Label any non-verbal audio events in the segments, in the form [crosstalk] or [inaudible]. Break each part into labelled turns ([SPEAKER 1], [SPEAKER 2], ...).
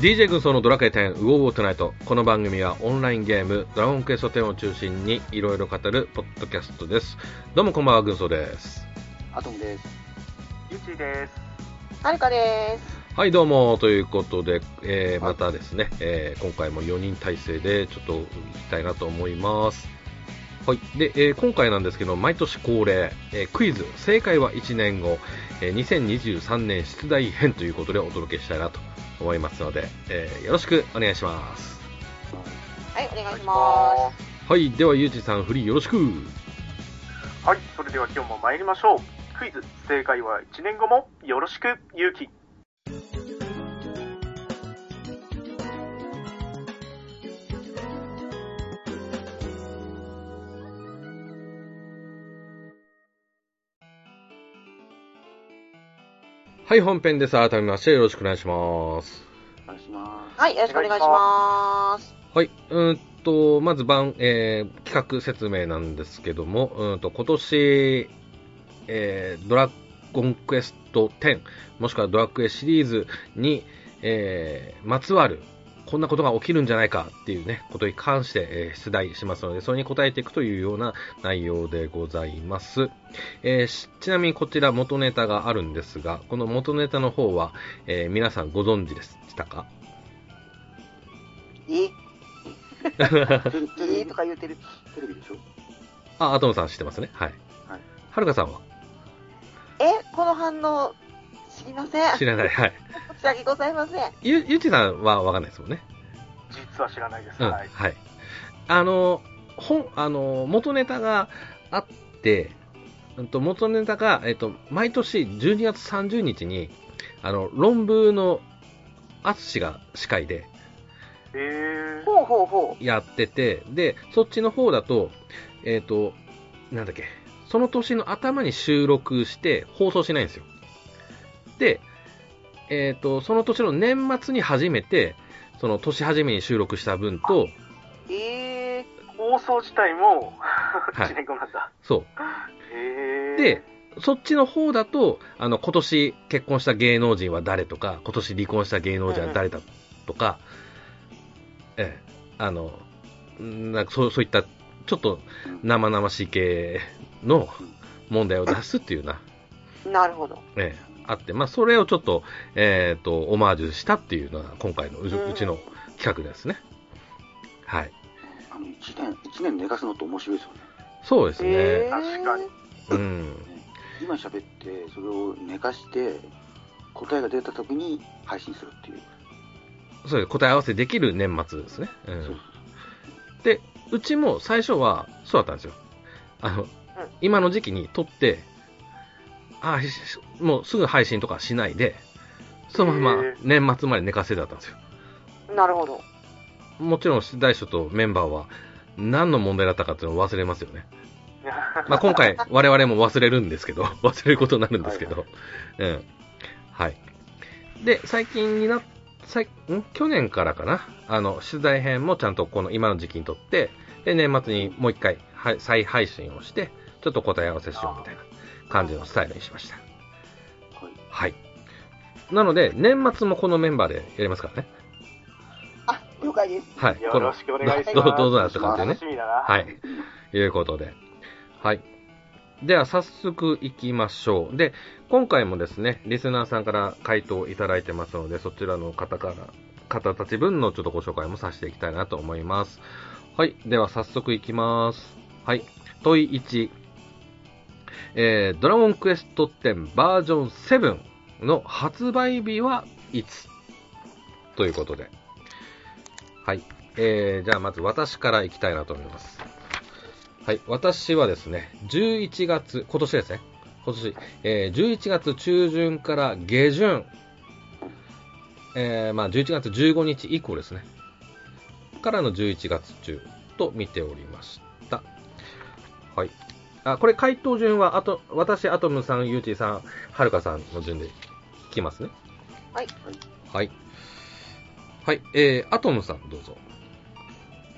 [SPEAKER 1] DJ 軍曹のドラクエ10ウォーウォートナイトこの番組はオンラインゲームドラゴンクエスト10を中心にいろいろ語るポッドキャストですどうもこんばんは軍曹です
[SPEAKER 2] アトムです。
[SPEAKER 3] ゆちです。
[SPEAKER 4] はるかです。
[SPEAKER 1] はいどうもということで、えーまたですね、えー今回も4人体制でちょっと行きたいなと思いますはいで、えー今回なんですけど毎年恒例、えークイズ正解は1年後、えー2023年出題編ということでお届けしたいなと思いますので、えーよろしくお願いします
[SPEAKER 4] はい、お願いしま。
[SPEAKER 1] はいではゆうじさんフリーよろしく
[SPEAKER 3] はい、それでは今日も参りましょう。クイズ、正解は1年後もよろしく、ゆうき。
[SPEAKER 1] はい、本編です。改めまして、よろしくお願いします。
[SPEAKER 2] お願いします
[SPEAKER 4] はい、よろしくお願いします。
[SPEAKER 1] はい、うーんと、まず番、えー企画説明なんですけども、うーんと、今年、えードラゴンクエスト10、もしくはドラクエシリーズに、えーまつわる、こんなことが起きるんじゃないかっていうね、ことに関して、えー出題しますので、それに答えていくというような内容でございます。えーしちなみにこちら元ネタがあるんですが、この元ネタの方は、えー皆さんご存知でしたか
[SPEAKER 2] え
[SPEAKER 1] あ、
[SPEAKER 2] テレ
[SPEAKER 4] えーとか言うてる。
[SPEAKER 2] テレビでしょ
[SPEAKER 1] アトムさん知ってますね。はい。
[SPEAKER 2] はい
[SPEAKER 1] はるかさんは
[SPEAKER 4] え、この反応、知りませ [laughs] ん。
[SPEAKER 1] 知らない。はい。
[SPEAKER 4] 申し訳ございません。は
[SPEAKER 1] ゆ、ゆちさんはわかんないですもんね。
[SPEAKER 3] 実は知らないです。
[SPEAKER 1] うん。
[SPEAKER 3] はい。
[SPEAKER 1] はい。あの、本、あの、元ネタがあって、うんと元ネタが、えっと、毎年12月30日に、あの、論文の、あつしが司会で
[SPEAKER 3] えー、
[SPEAKER 4] ほうほうほ
[SPEAKER 1] やってて、で、そっちの方だと、えっ、と、なんだっけ、その年の頭に収録して放送しないんですよ。で、えっ、と、その年の年末に初めて、その年初めに収録した分と、
[SPEAKER 4] う。えー、
[SPEAKER 3] 放送自体も、
[SPEAKER 1] はい
[SPEAKER 3] 1年後なんだ。
[SPEAKER 1] そう、
[SPEAKER 3] えー、 [laughs]
[SPEAKER 1] で、そっちの方だと、あの、今年結婚した芸能人は誰とか、今年離婚した芸能人は誰だとか、ええ、あの、んなんかそうそういった、ちょっと
[SPEAKER 2] うん
[SPEAKER 1] 生々しい系の問題を出すっていうな、
[SPEAKER 4] なるほど。
[SPEAKER 1] ええ、あって、まあ、それをちょっと、えっ、と、オマージュしたっていうのが、今回のうち
[SPEAKER 4] うん
[SPEAKER 1] うちの企画ですね。はい。
[SPEAKER 2] あの一年、一年寝かすのって面白いですよね。
[SPEAKER 1] そうです
[SPEAKER 4] え
[SPEAKER 1] ね。
[SPEAKER 3] 確かに
[SPEAKER 1] うん。
[SPEAKER 2] 今喋って、それを寝かして、答えが出た時に配信するっていう。
[SPEAKER 1] そうです答え合わせできる年末ですね。う
[SPEAKER 2] そうんそう。
[SPEAKER 1] で、うちも最初はそうだったんですよ。あの、今の時期に撮って、あししもうすぐ配信とかしないで、そのまま
[SPEAKER 3] へー
[SPEAKER 1] 年末まで寝かせだったんですよ。
[SPEAKER 4] なるほど。
[SPEAKER 1] もちろん出題者とメンバーは何の問題だったかっていうのを忘れますよね。まあ、今
[SPEAKER 3] [laughs]
[SPEAKER 1] 回、我々も忘れるんですけど、 [laughs] 忘れることになるんですけど、うん。はい。で、最近になっ、最ん去年からかな、あの、出題編もちゃんとこの今の時期にとって、で、年末にもう一回、はい、再配信をして、ちょっと答え合わせしようみたいな感じのスタイルにしました。
[SPEAKER 2] はい。
[SPEAKER 1] はい。なので、年末もこのメンバーでやりますからね。
[SPEAKER 4] あ、了解です。
[SPEAKER 1] はい。
[SPEAKER 3] よ
[SPEAKER 1] この
[SPEAKER 3] ろしくお願いします。
[SPEAKER 1] どうどうぞなった感じでね
[SPEAKER 3] 楽。しみだな。。
[SPEAKER 1] はいい。いうことで。はい。では、早速行きましょう。で、今回もですね、リスナーさんから回答いただいてますので、そちらの方から、方たち分のちょっとご紹介もさせていきたいなと思います。はい。では、早速行きます。はい。問い1。えー、ドラゴンクエスト10バージョン7の発売日はいつということで。はい。えー、じゃあまず私から行きたいなと思います。はい。私はですね、11月、今年ですね。今年、えー、11月中旬から下旬、えー、まあ11月15日以降ですね。からの11月中と見ておりました。はい。あ、これ回答順は、あと、私、アトムさん、ユーティさん、はるかさんの順で聞きますね。
[SPEAKER 4] はい。
[SPEAKER 1] はい。はい。えー、アトムさん、どうぞ。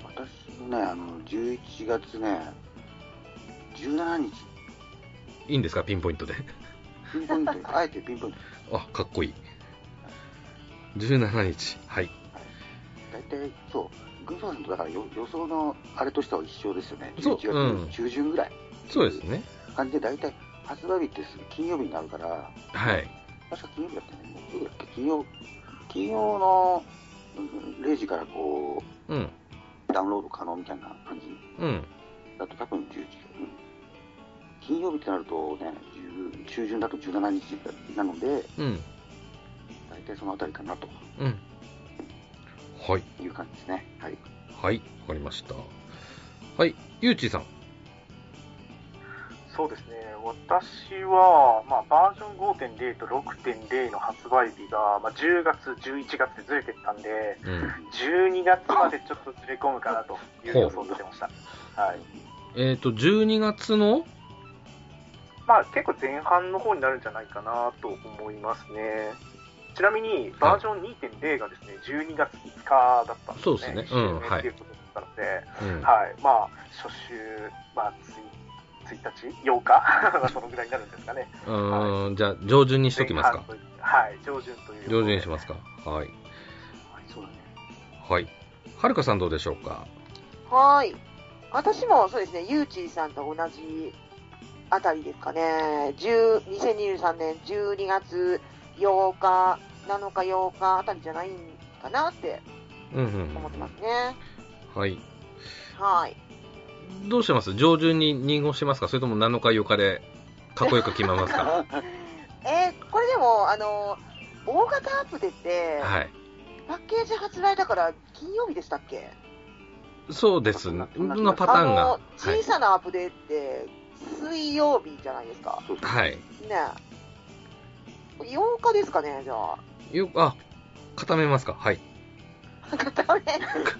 [SPEAKER 2] 私もね、あの、11月ね、17日、
[SPEAKER 1] いいんですかピンポイントで。
[SPEAKER 2] ピンポイント、あえてピンポイント。
[SPEAKER 1] あ、かっこいい。 17日。はい。
[SPEAKER 2] 大体、そう、グンソさんとだからよ予想のあれとしては一緒ですよね、
[SPEAKER 1] そう
[SPEAKER 2] 11
[SPEAKER 1] うん
[SPEAKER 2] 月中旬ぐらい、
[SPEAKER 1] そうですね。
[SPEAKER 2] 感じで、大体発売日ってすぐ金曜日になるから、
[SPEAKER 1] はい。
[SPEAKER 2] 確か金曜日だったよね、木曜日だっけ金曜金曜のうん0時からこ
[SPEAKER 1] うん。
[SPEAKER 2] うダウンロード可能みたいな感じ
[SPEAKER 1] うん。
[SPEAKER 2] だと、多分11時、うん金曜日ってなるとね、10中旬だと17日なので、
[SPEAKER 1] うん。
[SPEAKER 2] 大体そのあたりかなと
[SPEAKER 1] うん。はい。
[SPEAKER 2] いう感じですね。はい
[SPEAKER 1] はい。わかりました。はい。ゆうちーさん。
[SPEAKER 3] そうですね、私は、まあ、バージョン5.0と6.0の発売日が、まあ、10月、11月でずれてったんで、
[SPEAKER 1] うん。
[SPEAKER 3] 12月までちょっとずれ込むかなという予想をしてました。はい
[SPEAKER 1] えっ、と、12月の、
[SPEAKER 3] まあ、結構前半の方になるんじゃないかなと思いますね。ちなみに、バージョン2.0がですね、12月5日だったんです
[SPEAKER 1] そ
[SPEAKER 3] ね。
[SPEAKER 1] うですねうん
[SPEAKER 3] 1周目っていうことだったので、
[SPEAKER 1] うん。
[SPEAKER 3] はい、まあ、初週、まあ、つい1日 ?8 日 [laughs] そのぐらいになるんですかね。
[SPEAKER 1] うーん。じゃあ、上旬にしときますか。
[SPEAKER 3] 前半というはい、上旬という。
[SPEAKER 1] 上旬にしますか。はい。
[SPEAKER 2] そうだね
[SPEAKER 1] はい。はるかさんどうでしょうか
[SPEAKER 4] はーい。私もそうですね、ゆうちーさんと同じあたりですかね。10 2023年12月8日、7日、8日あたりじゃないんかなって
[SPEAKER 1] うんうん
[SPEAKER 4] 思ってますね。
[SPEAKER 1] はい。
[SPEAKER 4] はい。
[SPEAKER 1] どうします上旬に任しますかそれとも7日4日でかっこよく決めます
[SPEAKER 3] [laughs]
[SPEAKER 1] か
[SPEAKER 4] えーこれでも、あの、大型アップデって、
[SPEAKER 1] はい。
[SPEAKER 4] パッケージ発売だから金曜日でしたっけ
[SPEAKER 1] そうですね。のパターンが。
[SPEAKER 4] あの、小さなアップデートって、水曜日じゃないですか。
[SPEAKER 2] そうそう
[SPEAKER 1] はい。はい。
[SPEAKER 4] ねえ8日ですかね、じ
[SPEAKER 1] [laughs]
[SPEAKER 4] ゃあ。
[SPEAKER 1] よ、あ、固めますかはい。
[SPEAKER 4] ダメ。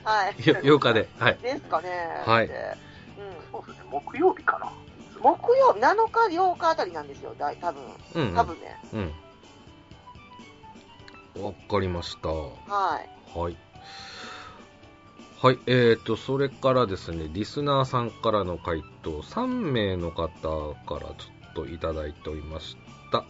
[SPEAKER 4] はい。
[SPEAKER 1] よ8日で。はい。
[SPEAKER 4] ですかね。
[SPEAKER 1] はい
[SPEAKER 4] って
[SPEAKER 3] そうですね、木曜日かな。
[SPEAKER 4] うん。木曜、7日、8日あたりなんですよ、だい多分。
[SPEAKER 1] うん、うん。
[SPEAKER 4] 多分ね。
[SPEAKER 1] うん。わかりました。は
[SPEAKER 4] はい。
[SPEAKER 1] い。はい。えっ、と、それからですね、リスナーさんからの回答、3名の方からちょっといただいておりました。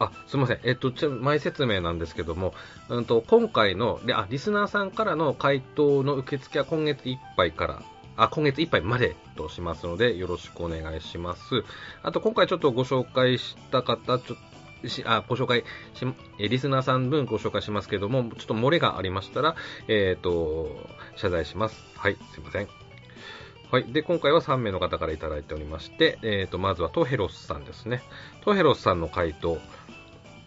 [SPEAKER 1] あ、すみません。えっ、と、ちょ前説明なんですけども、うんと、今回の、であ、リスナーさんからの回答の受付は今月いっぱいから、あ、今月いっぱいまでとしますので、よろしくお願いします。あと、今回ちょっとご紹介した方、ちょっと、しあご紹介し、えリスナーさん分ご紹介しますけども、ちょっと漏れがありましたら、えっ、と、謝罪します。はい、すいません。はい。で、今回は3名の方からいただいておりまして、えっ、と、まずはトヘロスさんですね。トヘロスさんの回答、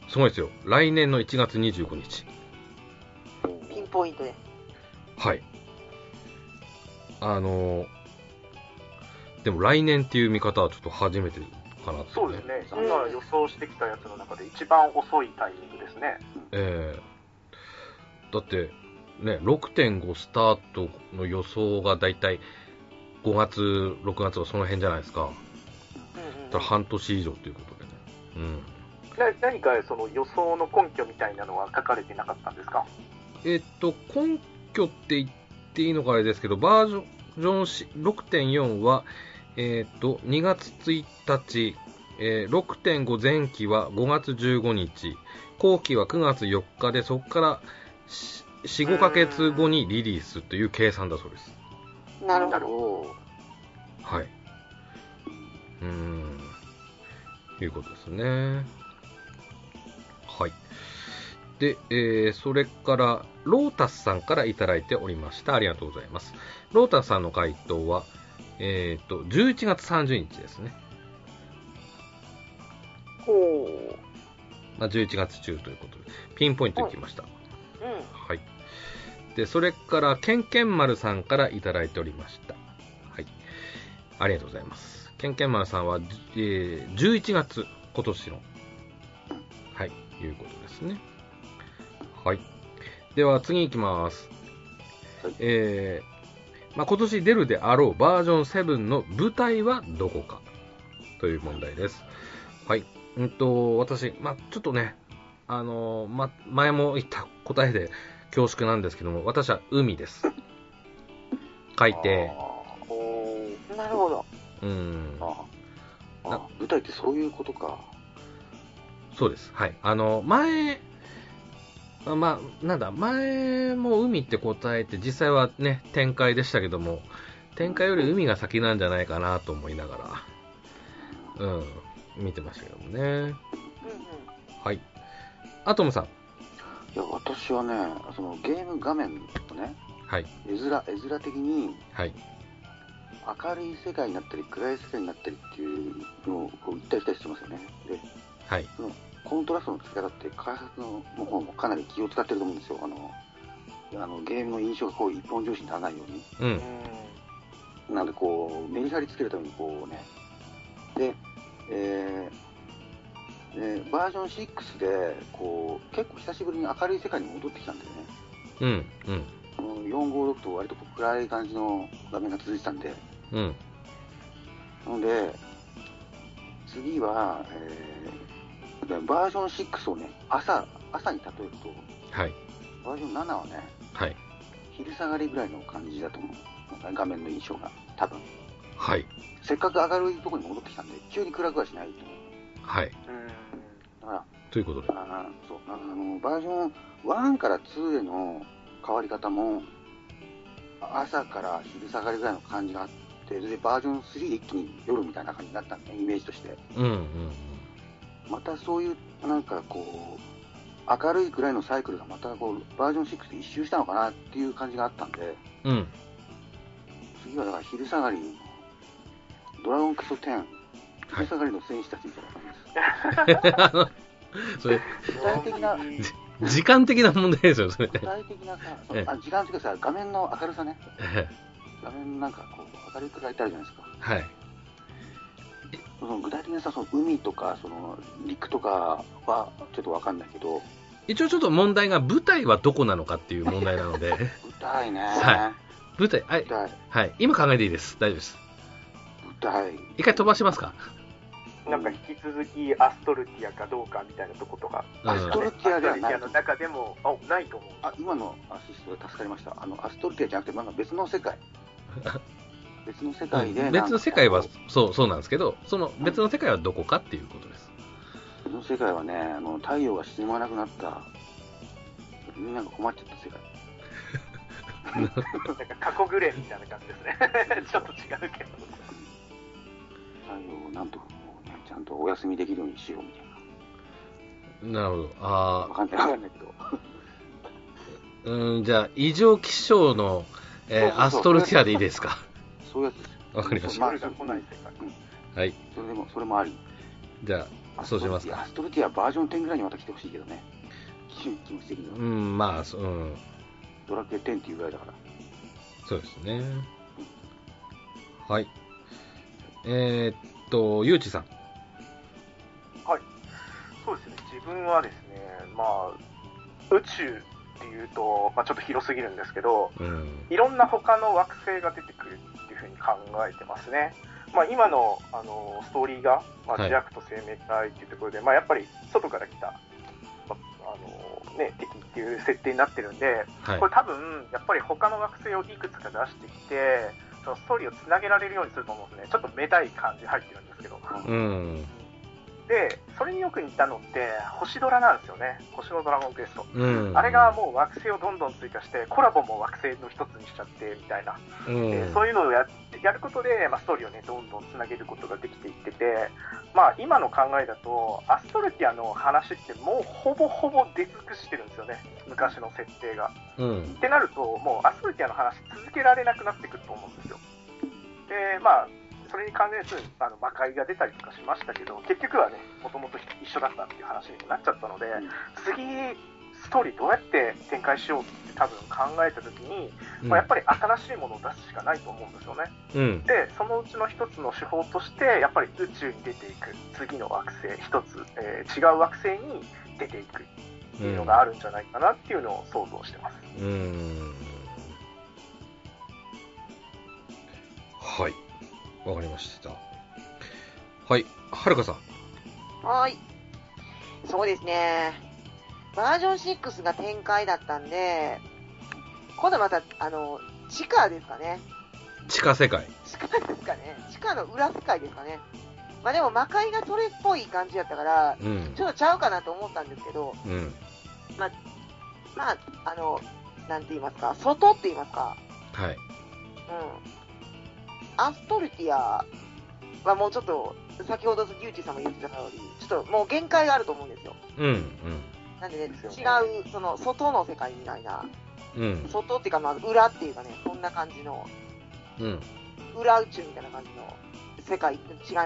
[SPEAKER 1] すごいですよ。来年の1月25日。
[SPEAKER 4] ピンポイントで。
[SPEAKER 1] はい。あのーでも来年っていう見方はちょっと初めてかなって、
[SPEAKER 3] そうです。ね、
[SPEAKER 2] うん
[SPEAKER 3] 今予想してきたやつの中で一番遅いタイミングですね。
[SPEAKER 1] ええだって、ね、6.5スタートの予想がだいたい5月、6月はその辺じゃないですか。
[SPEAKER 4] うんうん
[SPEAKER 1] だ
[SPEAKER 4] うん
[SPEAKER 1] から半年以上ということでね。うん。
[SPEAKER 3] な何かその予想の根拠みたいなのは書かれてなかったんですか
[SPEAKER 1] えっと、根拠って言っていいのかあれですけど、バージョンし6.4は、えっと、2月1日、えー6.5前期は5月15日、後期は9月4日で、そこから4、5ヶ月後にリリースという計算だそうです。
[SPEAKER 4] なるほど。
[SPEAKER 2] ど。
[SPEAKER 1] はい。うーん。いうことですね。はい。で、えー、それから、ロータスさんからいただいておりました。ありがとうございます。ロータスさんの回答は、えっ、と、11月30日ですね。
[SPEAKER 4] ほ
[SPEAKER 1] まあ、11月中ということで、ピンポイントいきました。
[SPEAKER 4] う。うん。
[SPEAKER 1] はい。で、それから、けんけん丸さんからいただいておりました。はい。ありがとうございます。けんけん丸さんは、じえー11月、今年の、はい、いうことですね。はい。では、次行きます。
[SPEAKER 2] はい
[SPEAKER 1] えー、まあ、今年出るであろうバージョン7の舞台はどこかという問題です。はい。うんと、私、まあ、ちょっとね、あのーま、前も言った答えで恐縮なんですけども、私は海です。海底。
[SPEAKER 2] あー
[SPEAKER 4] なるほど。
[SPEAKER 1] うん。
[SPEAKER 2] あー
[SPEAKER 1] な
[SPEAKER 2] あー舞台ってそういうことか。
[SPEAKER 1] そうです。はい。あの、前、あまあ、なんだ、前も海って答えて、実際はね、展開でしたけども、展開より海が先なんじゃないかなと思いながら、うん、見てましたけどもね。
[SPEAKER 4] う
[SPEAKER 1] はい。アトムさん。
[SPEAKER 2] いや、私はね、そのゲーム画面のね、
[SPEAKER 1] はい。
[SPEAKER 2] 絵面、絵面的に
[SPEAKER 1] はい。
[SPEAKER 2] 明るい世界になったり、暗い世界になったりっていうのをこう行ったり来たりしてますよね。で、
[SPEAKER 1] はい。
[SPEAKER 2] そのコントラストの付け方って開発の方もかなり気を使ってると思うんですよ。あの、あのゲームの印象がこう一本上司にならないように。
[SPEAKER 1] う。
[SPEAKER 3] うんん。
[SPEAKER 2] なんでこう、メリハリつけるためにこうね、で、えーでバージョン6で、こう、結構久しぶりに明るい世界に戻ってきたんだよね。
[SPEAKER 1] うん。うん。
[SPEAKER 2] この456と割とこう暗い感じの画面が続いてたんで、
[SPEAKER 1] うん。
[SPEAKER 2] なので、次は、えーバージョン6をね、朝、朝に例えると、
[SPEAKER 1] はい。
[SPEAKER 2] バージョン7はね、
[SPEAKER 1] はい。
[SPEAKER 2] 昼下がりぐらいの感じだと思う。画面の印象が、多分。
[SPEAKER 1] はい。
[SPEAKER 2] せっかく明るいところに戻ってきたんで、急に暗くはしないと思う。
[SPEAKER 1] はい。
[SPEAKER 2] だから、
[SPEAKER 1] ということで。
[SPEAKER 2] あーそうあのバージョン1から2への変わり方も朝から昼下がりぐらいの感じがあってでバージョン3で一気に夜みたいな感じになったんでイメージとして
[SPEAKER 1] うん。うん。
[SPEAKER 2] またそういうなんかこう明るいぐらいのサイクルがまたこうバージョン6で一周したのかなっていう感じがあったんで
[SPEAKER 1] うん。
[SPEAKER 2] 次はだから昼下がりドラゴンクエスト10
[SPEAKER 1] は
[SPEAKER 2] 昼
[SPEAKER 1] い。
[SPEAKER 2] 下がりの戦士たちみたいな感じです、
[SPEAKER 1] それ、
[SPEAKER 2] 具体的な
[SPEAKER 1] 時間的な問題ですよ、それ。
[SPEAKER 2] 具体的なさ
[SPEAKER 1] ええ
[SPEAKER 2] あ時間というかさ画面の明るさね
[SPEAKER 1] ええ
[SPEAKER 2] 画面なんかこう明るくライトあるじゃないですか
[SPEAKER 1] はい。
[SPEAKER 2] その具体的なさその海とかその陸とかはちょっとわかんないけど
[SPEAKER 1] 一応ちょっと問題が、舞台はどこなのかっていう問題なので、
[SPEAKER 2] 舞台ね、
[SPEAKER 1] は舞台、はい
[SPEAKER 2] 舞、台
[SPEAKER 1] はい。今考えていいです。大丈夫です。
[SPEAKER 2] 舞台
[SPEAKER 1] 一回飛ばしますか。
[SPEAKER 3] なんか引き続きアストルティアかどうかみたいなとことか、
[SPEAKER 1] うん
[SPEAKER 2] アストルティアではない
[SPEAKER 3] アストルティアの中でも、あ、ないと思う。
[SPEAKER 2] あ今のアシストで助かりましたあのアストルティアじゃなくてなんか別の世
[SPEAKER 1] [laughs]
[SPEAKER 2] 界別の世界で、
[SPEAKER 1] 別の世界は
[SPEAKER 2] なんか
[SPEAKER 1] そうそうなんですけど、その別の世界はどこかっていうことです。
[SPEAKER 2] こう別の世界はねあの太陽が沈まなくなったみんなが困っちゃった世界
[SPEAKER 3] なんか過去グレーみたいな感じです [laughs] ね。ちょっと違うけど。
[SPEAKER 2] 太陽をなんとかこう、ね、ちゃんとお休みできるようにしようみたい
[SPEAKER 1] なるほど。
[SPEAKER 2] な
[SPEAKER 1] あ
[SPEAKER 2] わかんないわかんないけど
[SPEAKER 1] ーうん、じゃあ、異常気象の、えー
[SPEAKER 2] そうそうそう
[SPEAKER 1] アストルティアでいいですか。
[SPEAKER 2] そういうやつです
[SPEAKER 1] わかりまし
[SPEAKER 2] ま
[SPEAKER 1] た。
[SPEAKER 2] あ
[SPEAKER 3] 夜が来ない世界。
[SPEAKER 1] はい。
[SPEAKER 2] それでもそれもあり
[SPEAKER 1] じゃあ、そうしますか。
[SPEAKER 2] アストルティアバージョン10ぐらいにまた来てほしいけどね。気気持ち的には
[SPEAKER 1] うん、まあ、そううん、
[SPEAKER 2] ドラクエ10っていうぐらいだから。
[SPEAKER 1] そうですね。はい。えーっと、ゆうちさん。
[SPEAKER 3] そうですね、自分はですね、まあ、宇宙っていうと、まあ、ちょっと広すぎるんですけど、
[SPEAKER 1] うん。
[SPEAKER 3] いろんな他の惑星が出てくるっていうふうに考えてますね。まあ、今のあのストーリーが、まあ、
[SPEAKER 1] はい
[SPEAKER 3] 自悪と生命体っていうところで、まあ、やっぱり外から来た、まああのね、敵っていう設定になってるんで、
[SPEAKER 1] はい
[SPEAKER 3] こ。れ多分、やっぱり他の惑星をいくつか出してきて、そのストーリーをつなげられるようにすると思うんですね。ちょっとめたい感じ入ってるんですけど。
[SPEAKER 1] うん。
[SPEAKER 3] で、それによく似たのって、星ドラなんですよね。星のドラゴンクエスト。
[SPEAKER 1] うん。
[SPEAKER 3] あれがもう惑星をどんどん追加して、コラボも惑星の一つにしちゃって、みたいな。
[SPEAKER 1] うん、う
[SPEAKER 3] えー
[SPEAKER 1] ん。
[SPEAKER 3] そういうのをやってやることで、まあ、ストーリーをね、どんどんつなげることができていってて、まあ、今の考えだと、アストルティアの話ってもうほぼほぼ出尽くしてるんですよね。昔の設定が。
[SPEAKER 1] うん。
[SPEAKER 3] ってなると、もうアストルティアの話続けられなくなってくると思うんですよ。で、まあ、それに関連するあの魔界が出たりとかしましたけど、結局はね、もともと一緒だったっていう話にもなっちゃったので、次、ストーリーどうやって展開しようって多分考えた時に、まあ、やっぱり新しいものを出すしかないと思うんですよね。
[SPEAKER 1] うん。
[SPEAKER 3] で、そのうちの一つの手法として、やっぱり宇宙に出ていく、次の惑星、一つ、えー違う惑星に出ていくっていうのがあるんじゃないかなっていうのを想像してます。
[SPEAKER 1] うーんはい。わかりました。はい。はるかさん。
[SPEAKER 4] ん。はーい。そうですね。バージョン6が展開だったんで、今度また、あの、地下ですかね。
[SPEAKER 1] 地下世界。
[SPEAKER 4] 地下ですかね。地下の裏世界ですかね。まあでも魔界がそれっぽい感じだったから、
[SPEAKER 1] うん
[SPEAKER 4] ち。ょっとちゃうかなと思ったんですけど、
[SPEAKER 1] うん。
[SPEAKER 4] まあ、あの、なんて言いますか、外って言いますか、
[SPEAKER 1] はい。
[SPEAKER 4] うん。アストルティアはもうちょっと、先ほどユーチさんも言ってたように、ちょっともう限界があると思うんですよ。
[SPEAKER 1] うん、
[SPEAKER 4] なんでね、
[SPEAKER 2] ですよね
[SPEAKER 4] 違う、その、外の世界みたいな、
[SPEAKER 1] うん、うん、
[SPEAKER 4] 外っていうか、まあ、裏っていうかね、そんな感じの、
[SPEAKER 1] うん、
[SPEAKER 4] 裏宇宙みたいな感じの世界、違い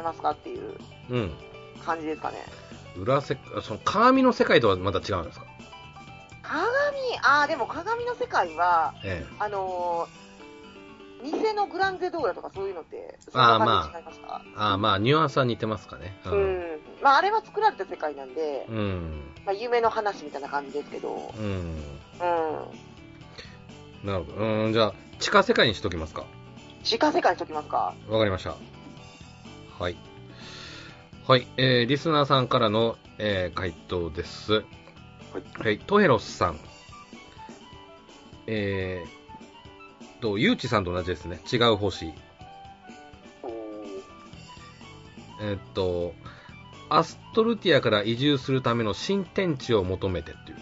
[SPEAKER 4] ますかっていう
[SPEAKER 1] うん。
[SPEAKER 4] 感じですかね。
[SPEAKER 1] 裏せ、その鏡の世界とはまた違うんですか
[SPEAKER 4] 鏡、ああ、でも鏡の世界は、
[SPEAKER 1] え
[SPEAKER 4] あのー、偽のグランゼドーラとかそういうのって、そん
[SPEAKER 1] あ
[SPEAKER 4] な
[SPEAKER 1] ーま
[SPEAKER 4] 感
[SPEAKER 1] あ
[SPEAKER 4] じ違いました、
[SPEAKER 1] え。ああ、まあ、ニュアンスは似てますかね。
[SPEAKER 4] う。ん。まあ、あれは作られた世界なんで、
[SPEAKER 1] うん、
[SPEAKER 4] まあ、夢の話みたいな感じですけど、
[SPEAKER 1] うん。
[SPEAKER 4] うん。
[SPEAKER 1] なるほど。うん、じゃあ、地下世界にしときますか。
[SPEAKER 4] 地下世界にしときますか。
[SPEAKER 1] わかりました。はい。はい、えー、リスナーさんからの、えー回答です。はいい、トヘロスさん。えー、と、ユーチさんと同じですね。違う星。
[SPEAKER 2] おー
[SPEAKER 1] えーっと、アストルティアから移住するための新天地を求めてっていう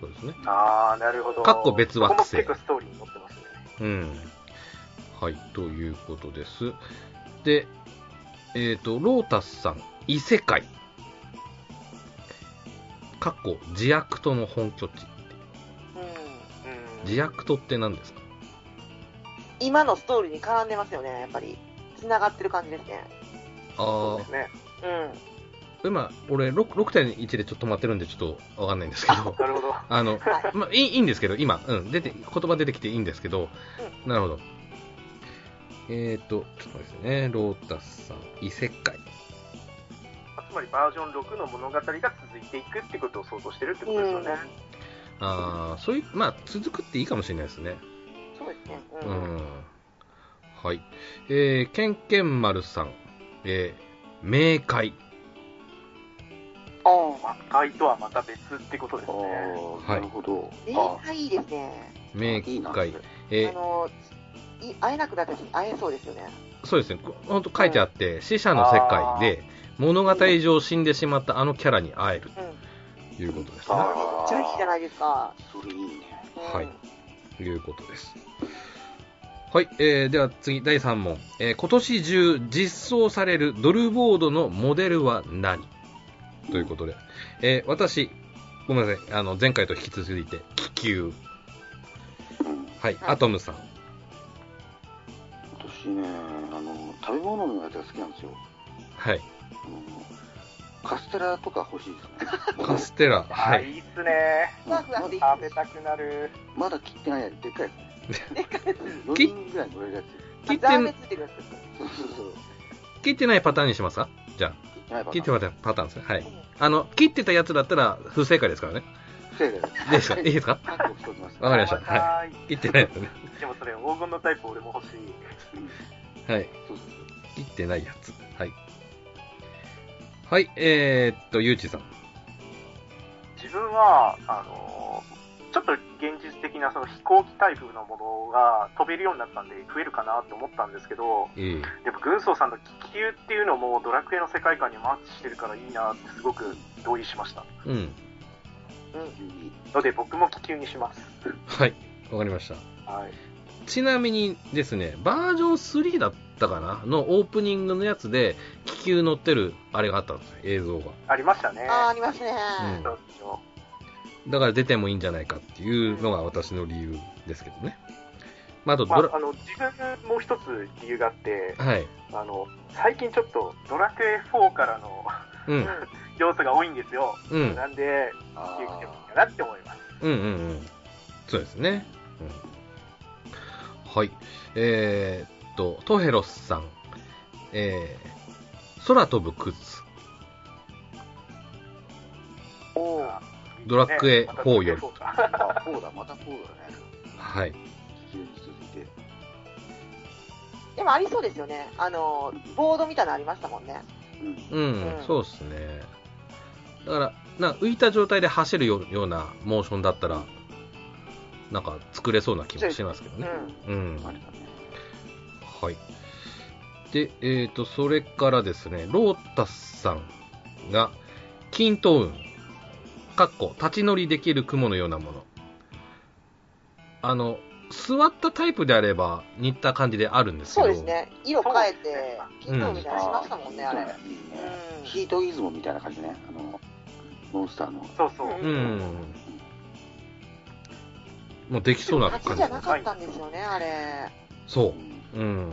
[SPEAKER 1] ことですね。
[SPEAKER 3] ああ、なるほど。
[SPEAKER 1] かっこ別惑星
[SPEAKER 3] ここも結構ストーリーに載ってますね。
[SPEAKER 1] うん。はい、ということです。で、えっ、と、ロータスさん、異世界。かっこ、ジアクトの本拠地。
[SPEAKER 4] うん。
[SPEAKER 3] うん。
[SPEAKER 1] ジアクトって何ですか
[SPEAKER 4] 今のストーリーに絡んでますよね、やっぱり。繋がってる感じですね。
[SPEAKER 3] そう
[SPEAKER 1] あ
[SPEAKER 3] ですね。
[SPEAKER 4] う
[SPEAKER 1] あ、今、俺6 6.1でちょっと止まってるんで、ちょっとわかんないんですけど。
[SPEAKER 3] なるほど。
[SPEAKER 1] あの、まあ、いいいいんですけど、今、うん、出て、言葉出てきていいんですけど、なるほど。えっ、と、ちょっと待ってくださいね、ロータスさん、異世界。
[SPEAKER 3] つまりバージョン6の物語が続いていくってことを想像してるってことですよね。
[SPEAKER 1] ああ、そういう、まあ、続くっていいかもしれないですね。
[SPEAKER 4] ん。そうですね。う。
[SPEAKER 1] うんんはい。えー、けんけん丸さん、えー、明快。
[SPEAKER 4] あ
[SPEAKER 3] 魔界とはまた別ってことです
[SPEAKER 2] あ
[SPEAKER 3] ね。
[SPEAKER 2] ー
[SPEAKER 1] はい
[SPEAKER 2] なるほど。あ
[SPEAKER 4] あ。明快いいですね。
[SPEAKER 1] 明
[SPEAKER 2] いいな。
[SPEAKER 1] 快
[SPEAKER 2] それ。
[SPEAKER 1] え
[SPEAKER 4] あ
[SPEAKER 1] ー、
[SPEAKER 4] のい、会えなくなった時会えそうですよね。
[SPEAKER 1] そうですね。こほんと書いてあって、死者の世界で、物語上死んでしまったあのキャラに会える
[SPEAKER 4] うん。めっ
[SPEAKER 1] ということです
[SPEAKER 2] あ
[SPEAKER 1] ね。
[SPEAKER 2] ー
[SPEAKER 4] ちゃいいじゃないですか。
[SPEAKER 2] それいいね。
[SPEAKER 4] うん
[SPEAKER 1] はいということです。はい、えー、では次、第3問。えー、今年中実装されるドルボードのモデルは何ということで。えー、私、ごめんなさい。あの、前回と引き続いて、気球。
[SPEAKER 2] うん。
[SPEAKER 1] はい、
[SPEAKER 4] はい
[SPEAKER 1] アトムさん。
[SPEAKER 2] 私ね、あの、食べ物のやつが好きなんですよ。
[SPEAKER 1] はい。
[SPEAKER 2] あのカステラとか欲しいですね。 [laughs]
[SPEAKER 1] カステラ。
[SPEAKER 3] あ
[SPEAKER 1] [laughs] は
[SPEAKER 3] ー
[SPEAKER 1] い。
[SPEAKER 3] いいっすね。
[SPEAKER 4] ふわふわしていい
[SPEAKER 3] 食べたくなる。
[SPEAKER 2] まだ切ってないやつ、でっかいや
[SPEAKER 1] [laughs]
[SPEAKER 2] つね。4
[SPEAKER 1] 切っ
[SPEAKER 2] 人ぐらい乗れるやつ。
[SPEAKER 1] 切っ
[SPEAKER 4] ザーメ
[SPEAKER 1] て、
[SPEAKER 4] ついてるやつですね。
[SPEAKER 2] そうそうそう。
[SPEAKER 1] 切ってないパターンにしますかじゃ
[SPEAKER 2] 切ってない
[SPEAKER 1] あ、切って
[SPEAKER 2] パターン
[SPEAKER 1] ないパターンですね。はい。あの、切ってたやつだったら不正解ですからね。
[SPEAKER 2] 不正解で
[SPEAKER 1] いいですかいいですか
[SPEAKER 2] す。覚悟しておきます。
[SPEAKER 1] わかりました
[SPEAKER 3] はーい。
[SPEAKER 1] 切ってないやつね。
[SPEAKER 3] でもそれ黄金のタイプ俺も欲しい。
[SPEAKER 1] はい。
[SPEAKER 2] そうそうそう
[SPEAKER 1] 切ってないやつ。はい。はい、えー、っと、ゆうちさん。
[SPEAKER 3] 自分は、あのーちょっと現実的なその飛行機タイプのものが飛べるようになったんで増えるかなと思ったんですけど、
[SPEAKER 1] ええ
[SPEAKER 3] でも軍曹さんの気球っていうのもドラクエの世界観にマッチしてるからいいなってすごく同意しました。
[SPEAKER 1] うん。
[SPEAKER 2] 急に。
[SPEAKER 3] ので僕も気球にします。
[SPEAKER 1] はい。わかりました。
[SPEAKER 3] はい。
[SPEAKER 1] ちなみにですね、バージョン3だったかなのオープニングのやつで、気球乗ってるあれがあったんですよ、映像が。
[SPEAKER 3] ありましたね。
[SPEAKER 4] あー、ありますね。
[SPEAKER 1] うん
[SPEAKER 3] そうですよ
[SPEAKER 1] だから出てもいいんじゃないかっていうのが私の理由ですけどね。まあ、あとド
[SPEAKER 3] ま
[SPEAKER 1] ラ、
[SPEAKER 3] あ、あの自分もう一つ理由があって、
[SPEAKER 1] はい。
[SPEAKER 3] あの最近ちょっとドラクエ4からの [laughs]
[SPEAKER 1] うん。
[SPEAKER 3] 要素が多いんですよ。
[SPEAKER 1] うん。
[SPEAKER 3] なんで、
[SPEAKER 2] あ
[SPEAKER 3] 気球来てもいい
[SPEAKER 2] あ。
[SPEAKER 3] かなって思います。
[SPEAKER 1] うんうんうん。そうですね。うん、はい。えー、っと、トヘロスさん。えー、空飛ぶクズ。
[SPEAKER 4] おー
[SPEAKER 3] いいですね
[SPEAKER 1] ドラクエ4より
[SPEAKER 3] またドラクエ4か [laughs]
[SPEAKER 2] あ、フォーだ、またフォーだね。
[SPEAKER 1] はい。
[SPEAKER 2] 気球に続いて。
[SPEAKER 4] でもありそうですよね。あの、ボードみたいなのありましたもんね。
[SPEAKER 2] うん。
[SPEAKER 1] うん、
[SPEAKER 4] うん
[SPEAKER 1] そうですね。だから、な浮いた状態で走るようようなモーションだったら、なんか作れそうな気もしますけど
[SPEAKER 4] う
[SPEAKER 1] ね。
[SPEAKER 4] ん。
[SPEAKER 1] うん。
[SPEAKER 2] あれだね。
[SPEAKER 1] はい。で、えっ、と、それからですね、ロータスさんが、均等運。かっこ、立ち乗りできる雲のようなもの。あの、座ったタイプであれば似た感じであるんですけど。
[SPEAKER 4] そうです。ね。色変えて、ピンクみたいなのしましたもんね、あれ。
[SPEAKER 2] いいね
[SPEAKER 4] うん
[SPEAKER 2] ヒートイズムみたいな感じね。あの、モンスターの。
[SPEAKER 3] そうそう。
[SPEAKER 1] う。
[SPEAKER 4] うん
[SPEAKER 1] もうできそうな
[SPEAKER 4] 勝
[SPEAKER 1] 感
[SPEAKER 4] ち
[SPEAKER 1] じ
[SPEAKER 4] じゃ。なかったんですよね、あれ。
[SPEAKER 1] そうう。うん
[SPEAKER 4] うん。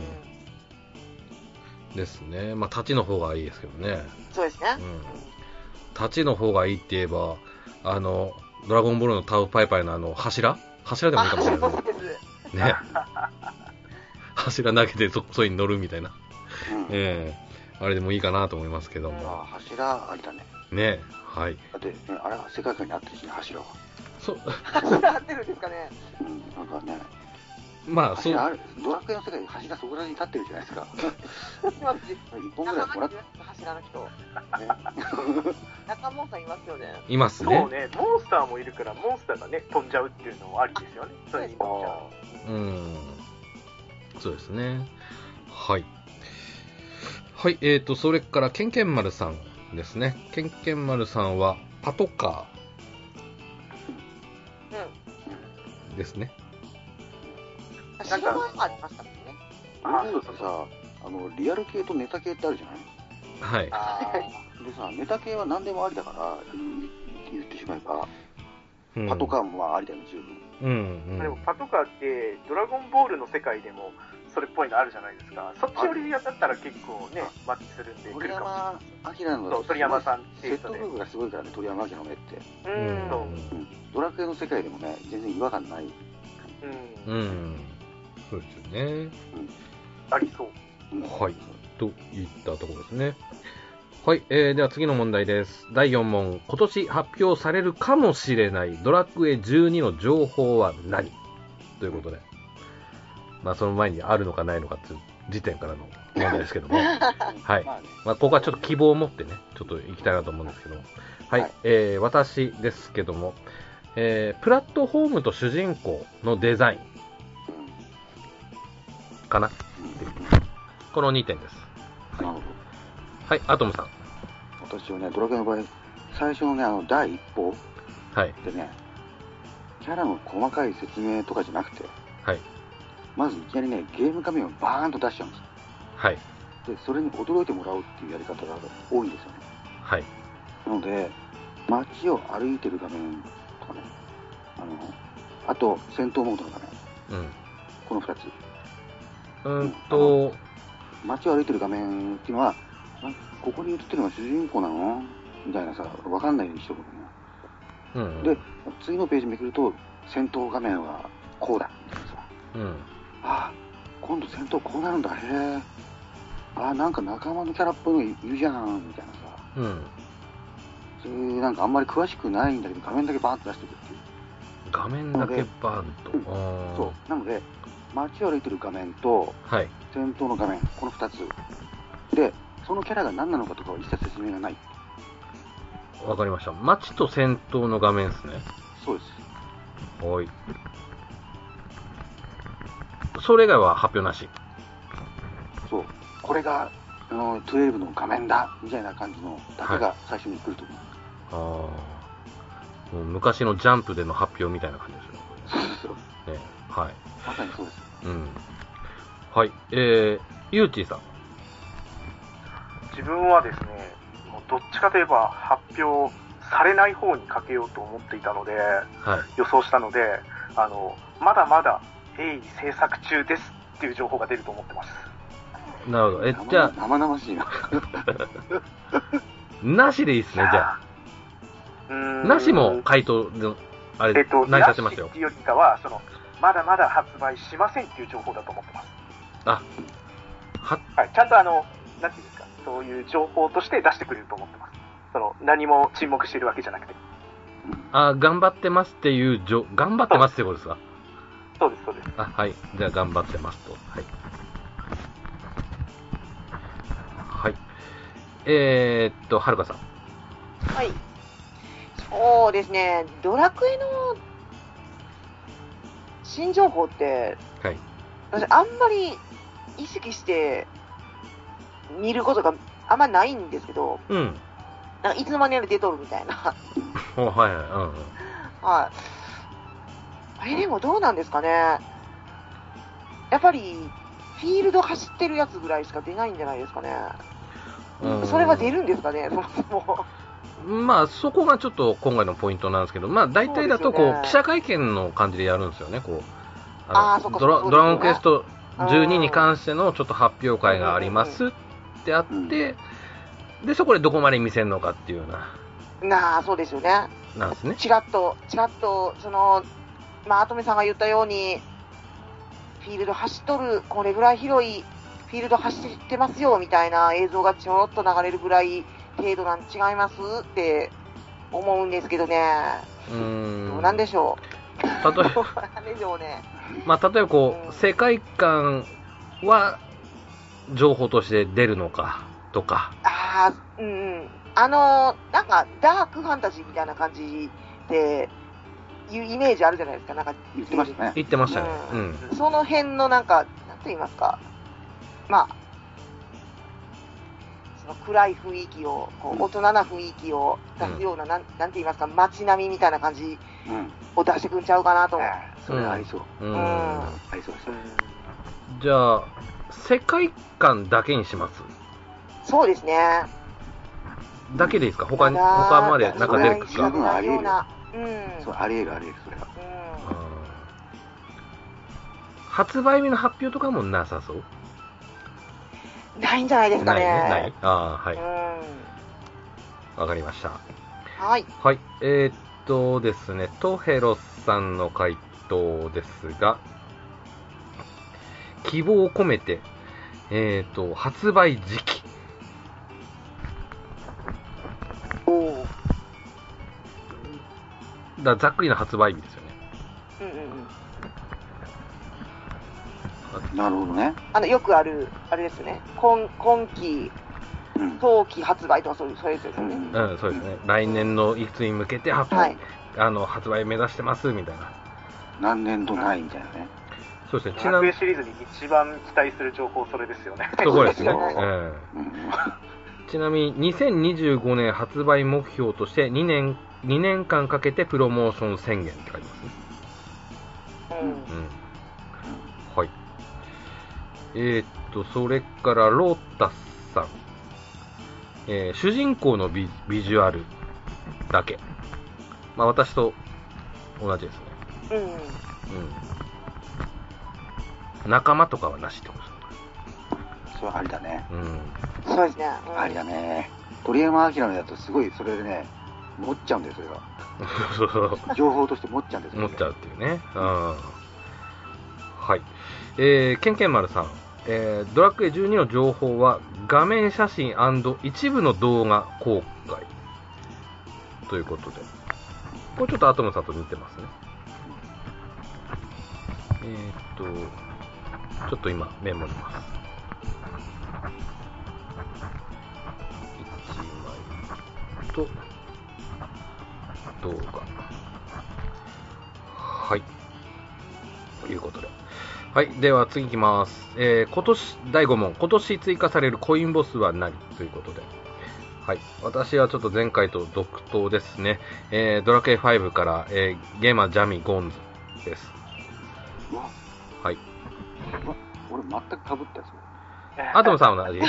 [SPEAKER 1] ですね。まあ、立ちの方がいいですけどね。
[SPEAKER 4] そうですね
[SPEAKER 1] う。ん。立ちの方がいいって言えば、あの、ドラゴンボールのタウパイパイのあの、柱柱でもいいかもしれない
[SPEAKER 4] そうです。
[SPEAKER 1] ですね。ね柱投げてそ、そいに乗るみたいな。
[SPEAKER 2] うん
[SPEAKER 1] ええあれでもいいかなと思いますけども。
[SPEAKER 2] あ柱ありだね。
[SPEAKER 1] ねはい。
[SPEAKER 2] だって、ね、あれは世界観に合ってるしね、柱は。
[SPEAKER 1] そ、 [laughs]
[SPEAKER 4] 柱合ってるんですかね。
[SPEAKER 2] うん、なんかね、
[SPEAKER 1] まあ、そう
[SPEAKER 2] 柱、ある、ドラクエの世界で柱そこら辺に立ってるじゃないですか。一本ぐらいもらって、ね。
[SPEAKER 4] 柱の人。中門さんいますよね。
[SPEAKER 1] います
[SPEAKER 3] そう
[SPEAKER 1] ね。
[SPEAKER 3] ね、モンスターもいるから、モンスターがね、飛んじゃうっていうのもありですよね。それに乗っちゃう
[SPEAKER 2] あ
[SPEAKER 1] うん。そうですね。はい。はい、えっ、ー、と、それから、ケンケン丸さんですね。ケンケン丸さんは、パトカ
[SPEAKER 4] う
[SPEAKER 1] ーですね。
[SPEAKER 4] ん。白馬がありましたもんね。
[SPEAKER 2] あ
[SPEAKER 3] あ
[SPEAKER 2] そうそうさ、あの、リアル系とネタ系ってあるじゃない
[SPEAKER 1] はい。
[SPEAKER 3] あ
[SPEAKER 2] でさ、ネタ系は何でもありだから、うん言ってしまえば、
[SPEAKER 1] うん
[SPEAKER 2] パトカーもまあありだよね、十分。
[SPEAKER 1] うん、う
[SPEAKER 3] ーでも
[SPEAKER 1] ん。
[SPEAKER 3] パトカーって、ドラゴンボールの世界でも、それっぽいのあるじゃないですか。そっち寄りだったら結構ね、マッチするんで、来
[SPEAKER 2] 鳥
[SPEAKER 3] るかもしれな
[SPEAKER 2] 山
[SPEAKER 3] い
[SPEAKER 2] 明の
[SPEAKER 3] そう鳥山さんってい
[SPEAKER 2] 説
[SPEAKER 3] う人
[SPEAKER 2] 得
[SPEAKER 3] で。
[SPEAKER 2] 力がすごいからね、鳥山明の目って。
[SPEAKER 4] う。
[SPEAKER 1] うん。
[SPEAKER 3] そうん
[SPEAKER 2] うんドラクエの世界でもね、全然違和感ない。
[SPEAKER 3] うん、
[SPEAKER 1] うん。そうですよね。
[SPEAKER 3] ありそう。
[SPEAKER 2] うん
[SPEAKER 1] はいといったところですね。はい、えー、では次の問題です。第4問、今年発表されるかもしれないドラクエ12の情報は何ということで、まあその前にあるのかないのかっていう時点からの問題ですけど
[SPEAKER 3] [laughs]
[SPEAKER 1] も、はい
[SPEAKER 2] まあね
[SPEAKER 1] まあここはちょっと希望を持ってね、ちょっと行きたいなと思うんですけども、はい、
[SPEAKER 2] はい
[SPEAKER 1] えー、私ですけども、えー、プラットフォームと主人公のデザイ
[SPEAKER 2] うん
[SPEAKER 1] ンかな
[SPEAKER 2] うん
[SPEAKER 1] この2点です。
[SPEAKER 2] なるほど。
[SPEAKER 1] はい、アトムさん。
[SPEAKER 2] 私はね、ドラクエの場合、最初のね、あの、第一報
[SPEAKER 1] はい、
[SPEAKER 2] でね、キャラの細かい説明とかじゃなくて、
[SPEAKER 1] はい、
[SPEAKER 2] まずいきなりね、ゲーム画面をバーンと出しちゃうんで
[SPEAKER 1] はい、
[SPEAKER 2] す。で、それに驚いてもらおうっていうやり方が多いんですよね。
[SPEAKER 1] はい。
[SPEAKER 2] なので、街を歩いてる画面とかね、あの、あと、戦闘モードの画面、
[SPEAKER 1] うん。
[SPEAKER 2] この2つ。
[SPEAKER 1] うーんと、
[SPEAKER 2] 街を歩いてる画面っていうのは、あここに映ってるのが主人公なのみたいなさ、わかんないようにしておくのね。
[SPEAKER 1] うん。
[SPEAKER 2] で、次のページめくると、戦闘画面はこうだ、みたいなさ。
[SPEAKER 1] うん。
[SPEAKER 2] ああ、今度戦闘こうなるんだ、へえ。ああ、なんか仲間のキャラっぽいのいるじゃん、みたいなさ。
[SPEAKER 1] うん。
[SPEAKER 2] そういう、なんかあんまり詳しくないんだけど、画面だけバーンと出してくっていう。
[SPEAKER 1] 画面だけバーンと。
[SPEAKER 2] うん
[SPEAKER 1] あー
[SPEAKER 2] そう。なので、街を歩いてる画面と、
[SPEAKER 1] はい。
[SPEAKER 2] 戦闘の画面、この2つ。で、そのキャラが何なのかとかは一切説明がない。
[SPEAKER 1] わかりました。街と戦闘の画面ですね。
[SPEAKER 2] そうです。
[SPEAKER 1] はい。それ以外は発表なし。
[SPEAKER 2] そう、これが、あの、12の画面だ、みたいな感じの、だけが最初に来ると思う。
[SPEAKER 1] ああ。もう昔のジャンプでの発表みたいな感じです
[SPEAKER 2] そうそう
[SPEAKER 1] よね。ねはい。
[SPEAKER 2] まさにそうです。
[SPEAKER 1] うん。はい。えー、ゆうちーさん。
[SPEAKER 3] 自分はですね、もうどっちかといえば発表されない方にかけようと思っていたので、
[SPEAKER 1] はい。
[SPEAKER 3] 予想したので、あの、まだまだ鋭意制作中ですっていう情報が出ると思ってます。
[SPEAKER 1] なるほど。え、じゃあ、
[SPEAKER 2] 生々しいな。
[SPEAKER 1] なしでいいっすね、じゃあ。
[SPEAKER 3] うーん
[SPEAKER 1] なしも、回答の、あ
[SPEAKER 3] え
[SPEAKER 1] れ、
[SPEAKER 3] っと、
[SPEAKER 1] 成り立
[SPEAKER 3] な
[SPEAKER 1] ち
[SPEAKER 3] し
[SPEAKER 1] ますよ
[SPEAKER 3] っ。ていうよりかは、その、まだまだ発売しませんっていう情報だと思ってます。
[SPEAKER 1] あ、は、
[SPEAKER 3] はい、ちゃんとあの、なんていうんですか、そういう情報として出してくれると思ってます。その、何も沈黙してるわけじゃなくて。
[SPEAKER 1] あ、頑張ってますっていうじょ、頑張ってますってことですか
[SPEAKER 3] そうです、そうです。
[SPEAKER 1] あ、はい。じゃあ、頑張ってますと。はい。はい。えー、っと、はるかさん。
[SPEAKER 4] はい。そうですね、ドラクエの新情報って、
[SPEAKER 1] はい。
[SPEAKER 4] 私、あんまり意識して見ることがあんまないんですけど、
[SPEAKER 1] うん。
[SPEAKER 4] なんかいつの間にやら出とるみたいな。
[SPEAKER 1] おはいはい。
[SPEAKER 4] はい。あれでもどうなんですかね。やっぱり、フィールド走ってるやつぐらいしか出ないんじゃないですかね。
[SPEAKER 1] うん
[SPEAKER 4] それは出るんですかね、そもそも。
[SPEAKER 1] まあ、そこがちょっと今回のポイントなんですけど、まあ、大体だとこう
[SPEAKER 4] そうですよね
[SPEAKER 1] 記者会見の感じでやるんですよね、こう
[SPEAKER 4] あ
[SPEAKER 1] あ
[SPEAKER 4] ーそっ
[SPEAKER 1] のド
[SPEAKER 4] か
[SPEAKER 1] ラ
[SPEAKER 4] そうですよね
[SPEAKER 1] ドラゴンクエスト
[SPEAKER 4] う
[SPEAKER 1] 12
[SPEAKER 4] ん
[SPEAKER 1] に関してのちょっと発表会がありますってあって、でそこでどこまで見せるのかっていうような、
[SPEAKER 4] なあ、そうですよね。
[SPEAKER 1] なんですね。
[SPEAKER 4] ちらっと、ちらっと、その、まあ、アトメさんが言ったように、フィールド走っとる、これぐらい広いフィールド走ってますよ、みたいな映像がちょろっと流れるぐらい程度なん違いますって思うんですけどね。
[SPEAKER 1] うー
[SPEAKER 4] どうんなんでしょ
[SPEAKER 1] 例
[SPEAKER 4] う。
[SPEAKER 1] え
[SPEAKER 4] どうなんでしょうね。
[SPEAKER 1] まあ、例えばこ
[SPEAKER 4] うん
[SPEAKER 1] う世界観は情報として出るのかとか、
[SPEAKER 4] ああ、うんうん。あのーなんか、ダークファンタジーみたいな感じで、いうイメージあるじゃないですか。なんか、
[SPEAKER 2] 言ってましたね。
[SPEAKER 1] 言ってましたね。うん
[SPEAKER 4] その辺のなんか、なんて言いますか、まあ、その暗い雰囲気を、こ
[SPEAKER 2] うん
[SPEAKER 4] う大人な雰囲気を出すような、なん、なんて言いますか、街並みみたいな感じ
[SPEAKER 2] うん。
[SPEAKER 4] を出してくんちゃうかなと。
[SPEAKER 2] ああそれありそう。
[SPEAKER 1] うん
[SPEAKER 4] うん
[SPEAKER 2] ありそうです。
[SPEAKER 1] じゃあ、世界観だけにします
[SPEAKER 4] そうですね。
[SPEAKER 1] だけでいいですか他に、
[SPEAKER 4] ただ
[SPEAKER 1] 他までなんか出てくる
[SPEAKER 4] そ
[SPEAKER 1] か
[SPEAKER 4] んなに知らないようなうん。
[SPEAKER 2] そう、あり得るあり得る、それは。
[SPEAKER 1] うん発売日の発表とかもなさそう
[SPEAKER 4] うんないんじゃないですか
[SPEAKER 1] ない
[SPEAKER 4] ね。
[SPEAKER 1] ね。ないああ、は
[SPEAKER 4] う
[SPEAKER 1] い。わかりました。
[SPEAKER 4] ん。はい。
[SPEAKER 1] はい。えーっとですね、トヘロスさんの回答ですが、希望を込めて、えーっと、発売時期。
[SPEAKER 4] おお。うんうん
[SPEAKER 1] だざっくりな発売日ですよね。
[SPEAKER 4] うん。
[SPEAKER 2] なるほどね。
[SPEAKER 4] あの、よくある、あれですよね。今、今期、
[SPEAKER 2] うん。
[SPEAKER 4] 冬季発売とかそういう、そういうやつですよね。
[SPEAKER 1] うん、そうですね。来年のいつに向けて発
[SPEAKER 4] はい。
[SPEAKER 1] あの発売目指してますみたいな。
[SPEAKER 2] 何年度ないみたいなね。
[SPEAKER 1] そうですね。ち
[SPEAKER 3] ド
[SPEAKER 1] な
[SPEAKER 3] ラク
[SPEAKER 1] み
[SPEAKER 3] エ
[SPEAKER 1] に、
[SPEAKER 3] シリーズに一番期待する情報、それですよね。 [laughs]
[SPEAKER 1] そこですね。
[SPEAKER 4] そうです
[SPEAKER 1] う
[SPEAKER 4] よ
[SPEAKER 1] ん。
[SPEAKER 2] うん。 [laughs]
[SPEAKER 1] ちなみに、2025年発売目標として2年、2年間かけてプロモーション宣言って書いてますね。
[SPEAKER 4] うん
[SPEAKER 1] うん。はい。えーっと、それから、ロータスさん。えー主人公のビビジュアルだけ。まあ、私と同じですね。
[SPEAKER 4] うん
[SPEAKER 1] うん。仲間とかはなしってことですね。
[SPEAKER 2] それはありだね。
[SPEAKER 1] うん。
[SPEAKER 4] そうですね。うん
[SPEAKER 2] ありだね。鳥山明のやつ、すごい、それでね、持っちゃうんだよ、それが。
[SPEAKER 1] そうそうそう。
[SPEAKER 2] 情報として持っちゃうんですよ。
[SPEAKER 1] 持っちゃ
[SPEAKER 2] う。
[SPEAKER 1] うっていうね。うん。はい。えー、ケンケン丸さん。えー、ドラクエ12の情報は画面写真一部の動画公開ということで。これちょっとアトムさんと似てますね。えー、っと、ちょっと今メモります。1枚と動画。はい。ということで。はい。では次いきます。えー、今年、第5問。今年追加されるコインボスは何ということで。はい。私はちょっと前回と続投ですね。えー、ドラクエ5から、えー、ゲーマージャミゴンズです。
[SPEAKER 2] うわ、
[SPEAKER 1] はい。
[SPEAKER 2] うわ俺全く被ったやつ。
[SPEAKER 1] アトムさんは
[SPEAKER 2] [laughs]
[SPEAKER 1] 同じ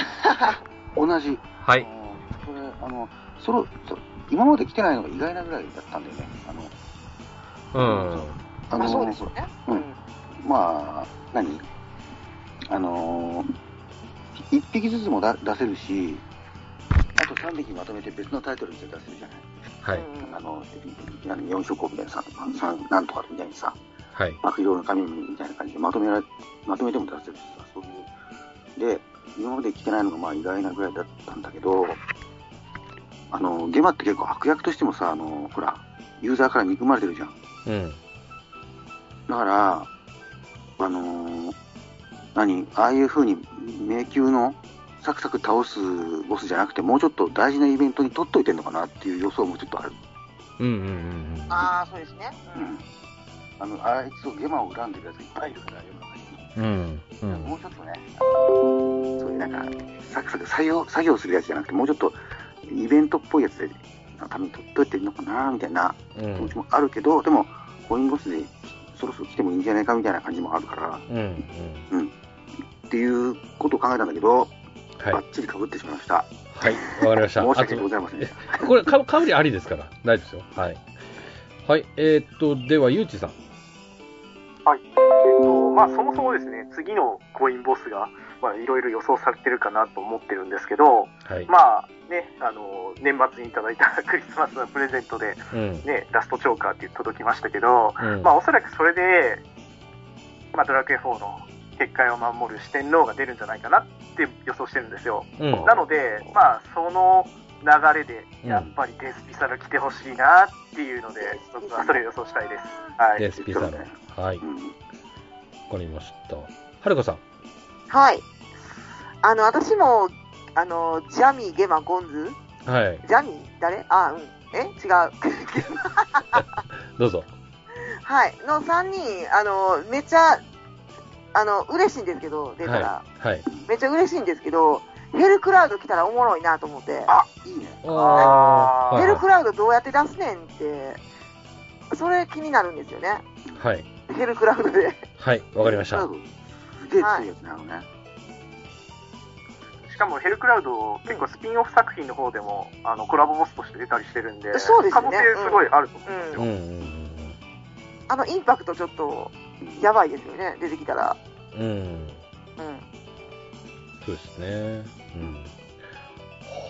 [SPEAKER 2] 同じ。
[SPEAKER 1] はい。
[SPEAKER 2] あの。それ、あの、そろ、そ今まで来てないのが意外なぐらいだったんだよね。あの、
[SPEAKER 1] うん。
[SPEAKER 2] あの
[SPEAKER 4] まあそうですよね。
[SPEAKER 2] う
[SPEAKER 4] うんん。
[SPEAKER 2] まあ、何あのー、1匹ずつもだ出せるし、あと3匹まとめて別のタイトルにして出せるじゃない。
[SPEAKER 1] はい。
[SPEAKER 4] うん
[SPEAKER 2] あの、4色みたいなさ、三なんとかみたいにさ、
[SPEAKER 1] はい。
[SPEAKER 2] 悪用の神みたいな感じでまとめられ、まとめても出せるしさ、そういう。で、今まで来てないのがまあ意外なぐらいだったんだけど、あの、ゲマって結構悪役としてもさ、あの、ほら、ユーザーから憎まれてるじゃん。
[SPEAKER 1] うん。
[SPEAKER 2] だから、あのー何、ああいう風に迷宮のサクサク倒すボスじゃなくて、もうちょっと大事なイベントに取っといてんのかなっていう予想もちょっとある。
[SPEAKER 1] うんうんうんうん。
[SPEAKER 4] ああ、そうですね。うん。
[SPEAKER 2] あの、あいつをゲマを恨んでるやついっぱいいるから、
[SPEAKER 1] う
[SPEAKER 2] 世の中に。
[SPEAKER 1] ん。うん
[SPEAKER 2] もうちょっとね、そういうなんか、サクサク作業作業するやつじゃなくて、もうちょっとイベントっぽいやつで、ために取っといてんのかなみたいな
[SPEAKER 1] う
[SPEAKER 2] 気持ち
[SPEAKER 1] ん。
[SPEAKER 2] もあるけど、でも、コインボスでそろそろ来てもいいんじゃないかみたいな感じもあるから、
[SPEAKER 1] うん、うん。
[SPEAKER 2] っていうことを考えたんだけど、
[SPEAKER 1] はい
[SPEAKER 2] バ。ッチリ被ってしまいました。
[SPEAKER 1] はい。わかりました。
[SPEAKER 2] 申し訳ございませんでした。
[SPEAKER 1] あとこれ、かかぶりありですから。大丈夫ですよ。はい。はい。えーっと、では、ゆうちさん。
[SPEAKER 3] はい。えっと、まあ、そもそもですね、次のコインボスが、まあ、いろいろ予想されてるかなと思ってるんですけど、
[SPEAKER 1] はい。
[SPEAKER 3] まあ、ね、あの、年末にいただいたクリスマスのプレゼントで、
[SPEAKER 1] うん。
[SPEAKER 3] ね、ラストチョーカーって届きましたけど、
[SPEAKER 1] うん
[SPEAKER 3] まあ、おそらくそれで、まあ、ドラクエ4の結界を守る四天王が出るんじゃないかなって予想してるんですよ。
[SPEAKER 1] うん。
[SPEAKER 3] なので、まあ、その流れで、やっぱりデスピサロ来てほしいなっていうので、
[SPEAKER 4] うん
[SPEAKER 3] 僕はそれを予想したいです。はい。
[SPEAKER 1] デスピサロ
[SPEAKER 2] そうで。
[SPEAKER 1] はい。わ
[SPEAKER 2] うん
[SPEAKER 1] かりました。はるかさん。
[SPEAKER 4] はい。あの、私も、あの、ジャミー、ゲマ、ゴンズ
[SPEAKER 1] はい。
[SPEAKER 4] ジャミー誰あ、うん。え違う。 [laughs]
[SPEAKER 1] どうぞ。
[SPEAKER 4] はい。の3人、あの、めっちゃ、あの、嬉しいんですけど、出たら。
[SPEAKER 1] はい。はい。
[SPEAKER 4] めっちゃ嬉しいんですけど、ヘルクラウド来たらおもろいなと思って。
[SPEAKER 3] あ
[SPEAKER 2] いいね。
[SPEAKER 1] あーは
[SPEAKER 4] ヘ
[SPEAKER 1] い
[SPEAKER 4] ルクラウドどうやって出すねんって、それ気になるんですよね。
[SPEAKER 1] はい。
[SPEAKER 4] ヘルクラウドで。
[SPEAKER 1] はい。わかりまし
[SPEAKER 2] 多
[SPEAKER 1] た。
[SPEAKER 2] 分すげえ強いやつなのね。
[SPEAKER 3] しかもヘルクラウド、結構スピンオフ作品の方でも、あの、コラボボスとして出たりしてるんで、
[SPEAKER 4] そうですね
[SPEAKER 3] 可能性すごいあると思うんです
[SPEAKER 1] う
[SPEAKER 3] よ。
[SPEAKER 1] んうん
[SPEAKER 4] あのインパクトちょっと、
[SPEAKER 2] うん
[SPEAKER 4] やばいですよね、出てきたら。
[SPEAKER 1] うん。うん。
[SPEAKER 4] うん。
[SPEAKER 1] そうですね。うん。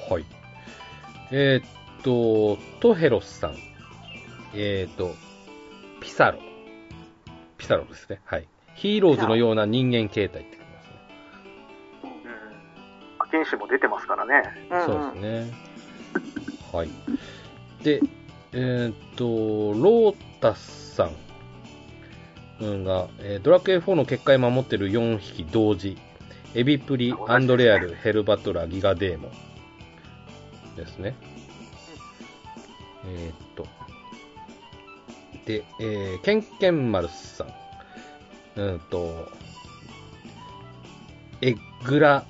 [SPEAKER 1] はい。えーっと、トヘロスさん。えーっと、ピサロ。ピサロですね。はい。ヒーローズのような人間形態って書いてますね。
[SPEAKER 3] うん。剣士も出てますからね。
[SPEAKER 4] うん、
[SPEAKER 1] そうですね。はい。で、えーっと、ロータスさんうんが、えードラクエ4の結界守ってる4匹同時。エビプリ、アンドレアル、ヘルバトラ、ギガデーモン。ですね。えーっと。で、えーケンケンマルスさん。うーんと、エッグラ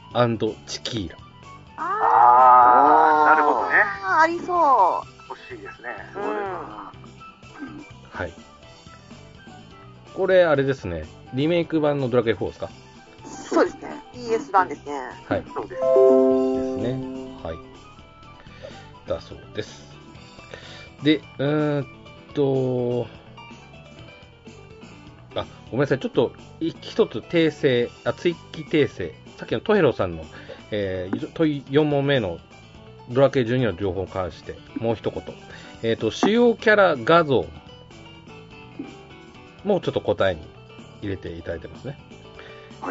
[SPEAKER 1] チキーラ。
[SPEAKER 4] あ
[SPEAKER 3] あ
[SPEAKER 2] あー
[SPEAKER 3] ー、なるほど
[SPEAKER 4] ー
[SPEAKER 3] ね。
[SPEAKER 4] あー、ありそ
[SPEAKER 3] 欲しいですね。
[SPEAKER 2] そうだよな。うん
[SPEAKER 1] はい。これ、あれですね。リメイク版のドラクエ4ですか
[SPEAKER 4] う。そうですね。ES 版ですね。
[SPEAKER 1] はい。
[SPEAKER 3] そうです。
[SPEAKER 1] ですね。はい。だそうです。で、うーんと、あ、ごめんなさい。ちょっと、い一つ訂正、あ、追記訂正。さっきのトヘロさんの、えー、問い4問目のドラクエ12の情報に関して、もう一言。えっ、と、主要キャラ画像もうちょっと答えに入れていただいてますね。
[SPEAKER 3] あ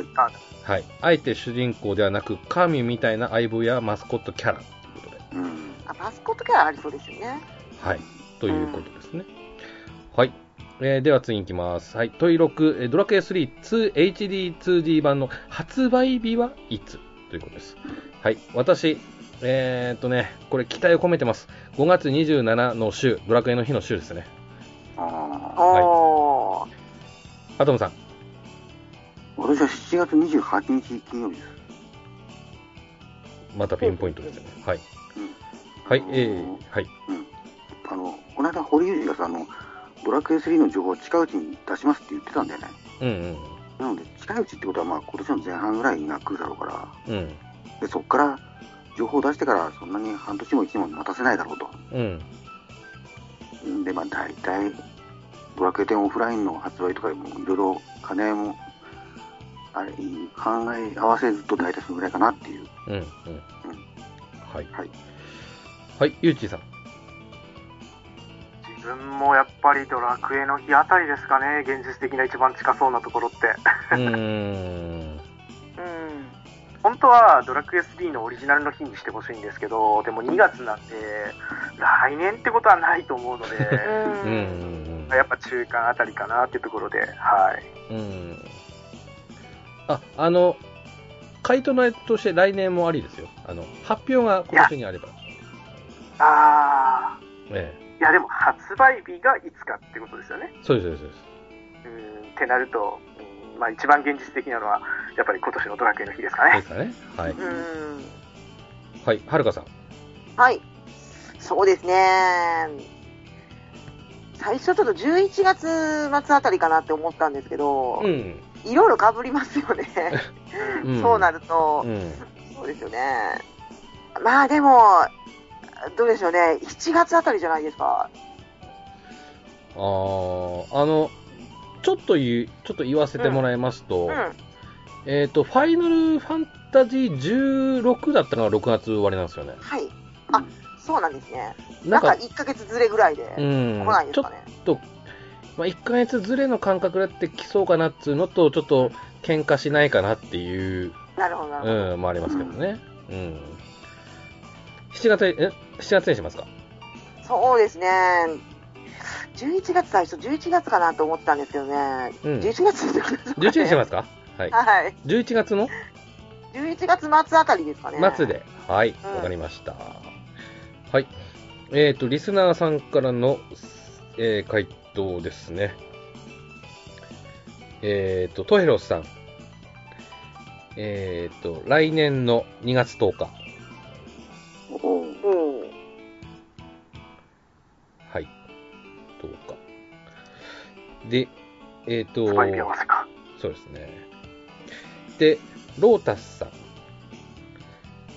[SPEAKER 1] はい。あえて主人公ではなく、神みたいな相棒やマスコットキャラということで。
[SPEAKER 2] うん。
[SPEAKER 4] あ、マスコットキャラありそうですよね。
[SPEAKER 1] はい。ということですね。はい。えーでは次行きます。はい。問い6、えードラクエ3、2 HD2D 版の発売日はいつということです。はい。私、えー、っとね、これ期待を込めてます。5月27の週、ドラクエの日の週ですね。
[SPEAKER 2] ああ。
[SPEAKER 4] おー。
[SPEAKER 1] アトムさん、
[SPEAKER 2] 私は7月28日金曜日です。
[SPEAKER 1] またピンポイントですよね。はい。
[SPEAKER 2] うん
[SPEAKER 1] はい。えー、はい。
[SPEAKER 2] あの、この間、堀裕二がさ、あの、ドラクエ3の情報を近いうちに出しますって言ってたんだよね。
[SPEAKER 1] うん
[SPEAKER 2] なので、近いうちってことは、まあ、今年の前半ぐらいには来るだろうから、
[SPEAKER 1] うん。うん。
[SPEAKER 2] で、そこから、情報を出してから、そんなに半年も1年も待たせないだろうと。
[SPEAKER 1] うん。
[SPEAKER 2] で、まあ、大体、ドラクエ10オフラインの発売とか、もいろいろ金も、あれ、考え合わせると大体そのぐらいかなっていう。
[SPEAKER 1] うんうん。はい。
[SPEAKER 2] はい。
[SPEAKER 1] はい、ゆうちーさん。
[SPEAKER 3] 自分もやっぱりドラクエの日あたりですかね、現実的な一番近そうなところって。
[SPEAKER 1] うーん。
[SPEAKER 4] うん。
[SPEAKER 3] [laughs] 本当はドラクエ3のオリジナルの日にしてほしいんですけど、でも2月なんで、来年ってことはないと思うので、
[SPEAKER 1] う
[SPEAKER 4] うんん。
[SPEAKER 1] うん
[SPEAKER 3] やっぱ中間あたりかなっていうところで、は
[SPEAKER 1] う
[SPEAKER 3] い。
[SPEAKER 1] ん。うん。あ、あの、回答のやつとして来年もありですよ。あの、発表が今年にあれば。
[SPEAKER 3] あ
[SPEAKER 1] え
[SPEAKER 3] ー、いやでも発売日がいつかってことですよね
[SPEAKER 1] え。。そうです、そうですそうです。
[SPEAKER 3] うん、ってなると、うんまあ一番現実的なのは、やっぱり今年のドラクエの日ですか
[SPEAKER 1] で
[SPEAKER 3] ね。
[SPEAKER 1] すかね。はい。
[SPEAKER 4] うん。
[SPEAKER 1] はい、はるかさん。
[SPEAKER 4] はい。そうですね。最初ちょっと11月末あたりかなって思ったんですけど、
[SPEAKER 1] うん。
[SPEAKER 4] いろいろかぶりますよね、
[SPEAKER 1] [laughs] うん
[SPEAKER 4] そうなると、
[SPEAKER 1] うん。
[SPEAKER 4] そうですよね。まあでも、どうでしょうね、7月あたりじゃないですか。
[SPEAKER 1] あーあの、ちょっと言う、ちょっと言わせてもらいますと、
[SPEAKER 4] うん。
[SPEAKER 1] えっ、と、ファイナルファンタジー16だったのが6月終わりなんですよね。
[SPEAKER 4] はい。あ、そうなんですね。
[SPEAKER 1] な
[SPEAKER 4] なんんか
[SPEAKER 1] か、
[SPEAKER 4] 1ヶ月ずれぐらいで
[SPEAKER 1] う
[SPEAKER 4] 来
[SPEAKER 1] ん
[SPEAKER 4] ないで
[SPEAKER 1] ちょ
[SPEAKER 4] す
[SPEAKER 1] っ
[SPEAKER 4] かね。
[SPEAKER 1] と、まあ、1ヶ月ずれの感覚だってきそうかなっていうのと、ちょっと喧嘩しないかなっていう、
[SPEAKER 4] なるほど、なるほど。
[SPEAKER 1] うん、もありますけどね。うん。7月、え ?7 月にしますか
[SPEAKER 4] そうですね。11月最初、11月かなと思ったんですけどね。
[SPEAKER 1] うん。11
[SPEAKER 4] 11月ですよね。
[SPEAKER 1] にしますかはい。
[SPEAKER 4] [laughs] はい。
[SPEAKER 1] 11月の
[SPEAKER 4] 11月末あたりですかね。
[SPEAKER 1] 末。で。はい、
[SPEAKER 4] うん
[SPEAKER 1] わかりました。はい。えっ、と、リスナーさんからの、えー回答ですね。えっ、と、トヘロスさん。えっ、と、来年の2月10日。
[SPEAKER 2] おう
[SPEAKER 4] うん。
[SPEAKER 1] はい。10日。で、えっ、と、
[SPEAKER 3] スパイ合わせか。
[SPEAKER 1] そうですね。で、ロータスさん。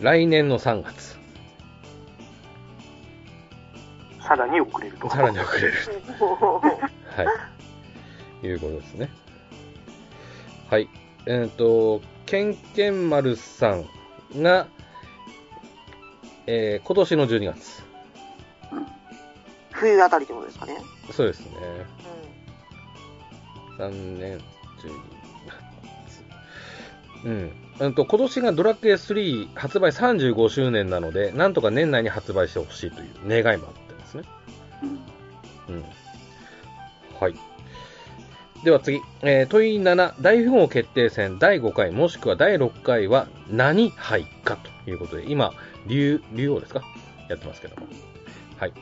[SPEAKER 1] 来年の3月。
[SPEAKER 3] さらに遅れると。
[SPEAKER 1] さらに遅れる。はい。いうことですね。はい。えっ、と、ケンケン丸さんが、えー今年の12月。
[SPEAKER 4] 冬あたりってことですかね。
[SPEAKER 1] そうですね。
[SPEAKER 4] う
[SPEAKER 1] 3年12月。うん。うんと、今年がドラクエ3発売35周年なので、なんとか年内に発売してほしいという願いもあってますね。
[SPEAKER 2] うん
[SPEAKER 1] うん。はい。では次、えー問い7、大富豪決定戦第5回、もしくは第6回は何杯かということで、今、竜、竜王ですかやってますけども。はい。 [coughs]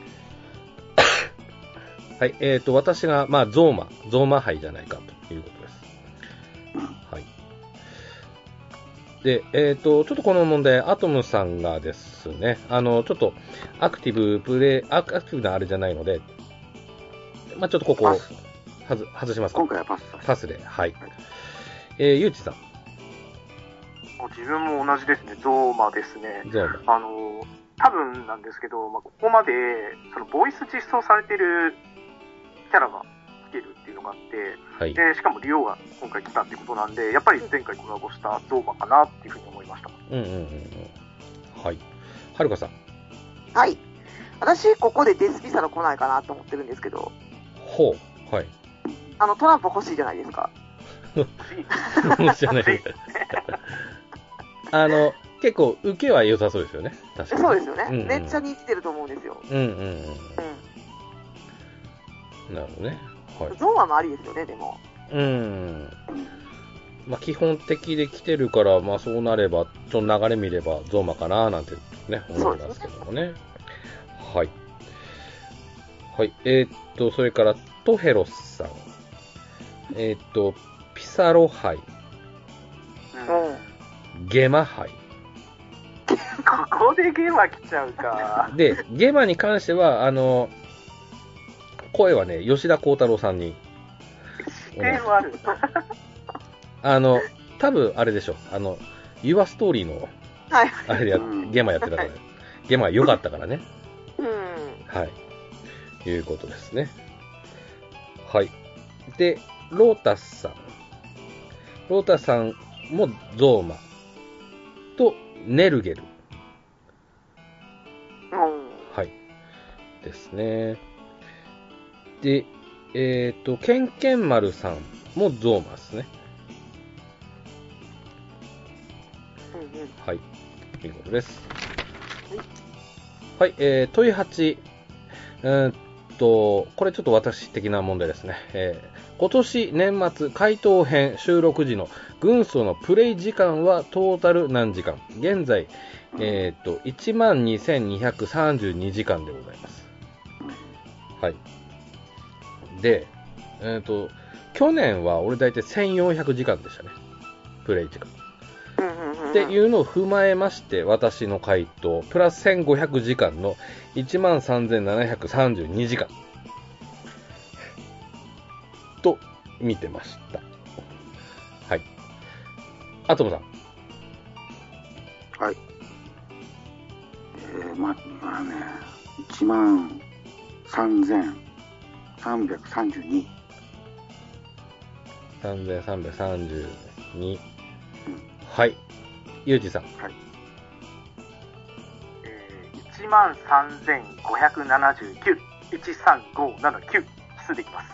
[SPEAKER 1] はい、えっ、と、私が、まあ、ゾーマ、ゾーマ杯じゃないかということです。はい。で、えっ、と、ちょっとこの問題、アトムさんがですね、あの、ちょっと、アクティブプレイ、アクアクティブなあれじゃないので、まあ、ちょっとここ、
[SPEAKER 2] パ
[SPEAKER 1] は
[SPEAKER 2] ス
[SPEAKER 1] ず外しますか
[SPEAKER 2] 今。回はパスさせて
[SPEAKER 1] パスで、はい。えー、ゆうちさん、
[SPEAKER 3] もう自分も同じですね、ゾーマですね。
[SPEAKER 1] ゾーマ。
[SPEAKER 3] あの、多分なんですけど、まあ、ここまで、その、ボイス実装されてるキャラが来てるっていうのがあっ
[SPEAKER 1] はい。
[SPEAKER 3] て、で、しかもリオが今回来たってことなんで、やっぱり前回コラボしたゾーマかなっていうふうに思いました。
[SPEAKER 1] うんうんうんうん。はい。はるかさん。
[SPEAKER 4] ん。はい。私、ここでデスピサロ来ないかなと思ってるんですけど、
[SPEAKER 1] ほう。はい。
[SPEAKER 4] あの、トランプ欲しいじゃないですか。
[SPEAKER 1] 知らない [laughs] あの、結構、受けは良さそうですよね。確かに。
[SPEAKER 4] そうですよね。
[SPEAKER 1] うんうん
[SPEAKER 4] めっちゃ人気出ると思うんですよ。
[SPEAKER 1] うんうん
[SPEAKER 4] う
[SPEAKER 1] うん。なるほどね。は
[SPEAKER 4] ん。ゾーマもありですよね、でも。
[SPEAKER 1] い。うん。まあ、基本的で来てるから、まあ、そうなれば、ちょっと流れ見れば、ゾーマかななんてね、思いますけどもね。はい。はい。えーっと、それから、トヘロスさん。えーっと、ピサロ杯、
[SPEAKER 4] うん
[SPEAKER 1] ゲマ杯。
[SPEAKER 3] ここでゲームは来ちゃうか。
[SPEAKER 1] で、ゲマに関しては、あの、声はね、吉田鋼太郎さんに、
[SPEAKER 3] ゲームはある。
[SPEAKER 1] あの、多分あれでしょ、あの、ユアストーリーの、
[SPEAKER 4] はい。
[SPEAKER 1] あれでやっ
[SPEAKER 2] うん
[SPEAKER 1] ゲマやってたから、ゲマが良かったからね。
[SPEAKER 4] うん。
[SPEAKER 1] はい。いうことですね。はい。で、ロータスさん。ロータスさんもゾーマとネルゲル。
[SPEAKER 4] うん。
[SPEAKER 1] はい。ですね。で、えっ、と、ケンケン丸さんもゾーマですね。
[SPEAKER 4] うんうん。
[SPEAKER 1] はい。ということです。はい、えー、問い8。うーんと、これちょっと私的な問題ですね。えー今年年末回答編収録時の軍曹のプレイ時間はトータル何時間現在、えー、と、12,232時間でございます。はい。で、えっ、と、去年は俺大体1400時間でしたね。プレイ時間。
[SPEAKER 4] うんうんうん。。
[SPEAKER 1] っていううのを踏まえまして、私の回答、プラス1500時間の1 3732時間と見てました。はい。あともさん。
[SPEAKER 2] はい。えー、ま、まあね、1万3332。
[SPEAKER 1] 3332。はい。ゆうじさん。
[SPEAKER 3] えー、1万3579、13579、奇数でいきます。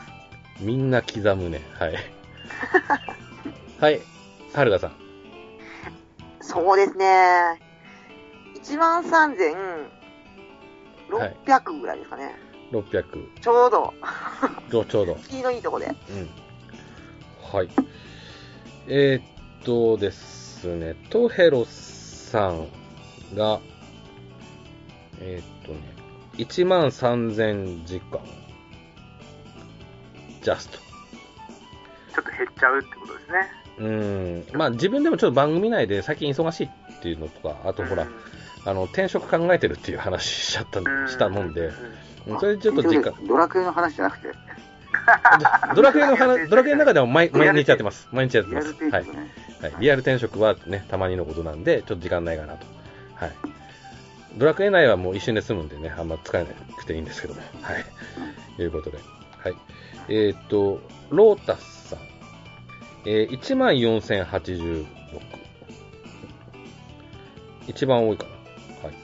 [SPEAKER 1] みんな刻むね。はい。はい。はるかさん。
[SPEAKER 4] そうですね。1万3600ぐらいですかね。
[SPEAKER 1] 600。
[SPEAKER 4] ちょうど、
[SPEAKER 1] どちょうど。
[SPEAKER 4] 気のいいとこで。
[SPEAKER 1] うん。はい。えーっとですね、トヘロさんが、えーっとね、1万3000時間。ジャスト。
[SPEAKER 3] ちょっと減っちゃうってことですね。
[SPEAKER 1] うん。まあ自分でもちょっと番組内で最近忙しいっていうのとか、あとほら
[SPEAKER 3] うん、
[SPEAKER 1] あの、転職考えてるっていう話しちゃった、したもんで
[SPEAKER 3] う、
[SPEAKER 1] うんそれでちょっと時間、
[SPEAKER 2] ドラクエの話じゃなくて、
[SPEAKER 1] ドラクエの話、ドラクエの中でも毎毎日やってます。毎日やって
[SPEAKER 2] リア
[SPEAKER 1] ま
[SPEAKER 2] ル
[SPEAKER 1] す
[SPEAKER 2] テ。イ
[SPEAKER 1] はい
[SPEAKER 2] ク。ね。
[SPEAKER 1] はい、リアル転職はね、たまにのことなんで、ちょっと時間ないかなと。はい。ドラクエ内はもう一瞬で済むんでね、あんま使えなくていいんですけども。はい。ということで。はい。えーっと、ロータスさん。えー、14,086。一番多いかな。はい。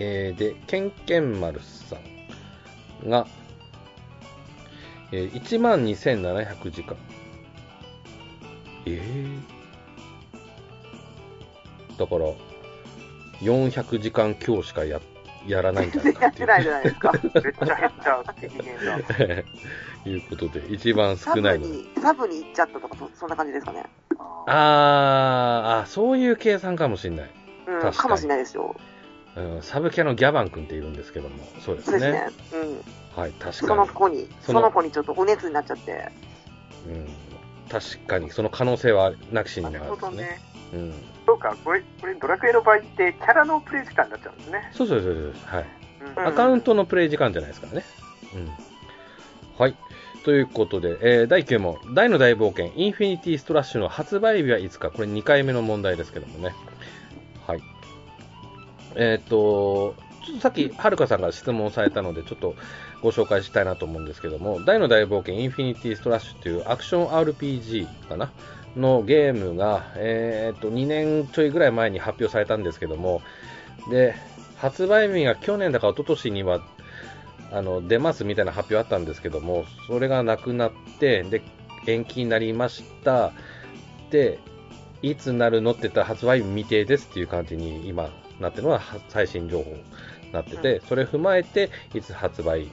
[SPEAKER 1] えー、で、ケンケン丸さんが、えー、12,700時間。ええだから、400時間強しかややらないんじゃないか
[SPEAKER 4] [laughs] や
[SPEAKER 1] っ
[SPEAKER 4] ってて
[SPEAKER 1] いう
[SPEAKER 4] ないじゃないですか。
[SPEAKER 3] めっちゃ減っちゃうって機嫌が。
[SPEAKER 1] [laughs] いうことで、一番少
[SPEAKER 4] サブ
[SPEAKER 1] ないので。
[SPEAKER 4] に、サブに行っちゃったとか、そそんな感じですかね。
[SPEAKER 1] あ
[SPEAKER 2] あ
[SPEAKER 1] ーあ、そういう計算かもしれない。
[SPEAKER 4] うん、
[SPEAKER 1] 確か
[SPEAKER 4] か
[SPEAKER 1] に
[SPEAKER 4] もしれないですよ。
[SPEAKER 1] うん、サブキャのギャバン君っているんですけども、そうです
[SPEAKER 4] そう
[SPEAKER 1] ね。
[SPEAKER 4] ですね。うん。
[SPEAKER 1] はい、確
[SPEAKER 4] そ
[SPEAKER 1] か
[SPEAKER 4] の
[SPEAKER 1] に。
[SPEAKER 4] 子に、
[SPEAKER 1] そ
[SPEAKER 4] そ
[SPEAKER 1] の
[SPEAKER 4] の子にちょっとお熱になっちゃって。
[SPEAKER 1] うん、確かに、その可能性はなくしに
[SPEAKER 3] な
[SPEAKER 1] な
[SPEAKER 3] る
[SPEAKER 1] ら
[SPEAKER 3] ほ
[SPEAKER 1] ずで
[SPEAKER 3] ど
[SPEAKER 1] すね。
[SPEAKER 3] ね。
[SPEAKER 1] うん、
[SPEAKER 3] そうか、これ、これドラクエの場合ってキャラのプレイ時間になっちゃうんですね。
[SPEAKER 1] そうそうそうそうです。はい。
[SPEAKER 3] うん
[SPEAKER 1] アカウントのプレイ時間じゃないですからね。うん。はい。ということで、えー第9問、大の大冒険、インフィニティストラッシュの発売日はいつか、これ2回目の問題ですけどもね。はい。えーっと、ちょっとさっき、はるかさんが質問されたので、ちょっとご紹介したいなと思うんですけども、大の大冒険、インフィニティストラッシュというアクション RPG かなのゲームが、えーっと、2年ちょいぐらい前に発表されたんですけども、で、発売日が去年だか一昨年にはあの出ますみたいな発表あったんですけども、それがなくなって、で延期になりました、でいつなるのって言ったら発売日未定ですっていう感じに今なってるのがは最新情報になってて、それ踏まえて、いつ発売に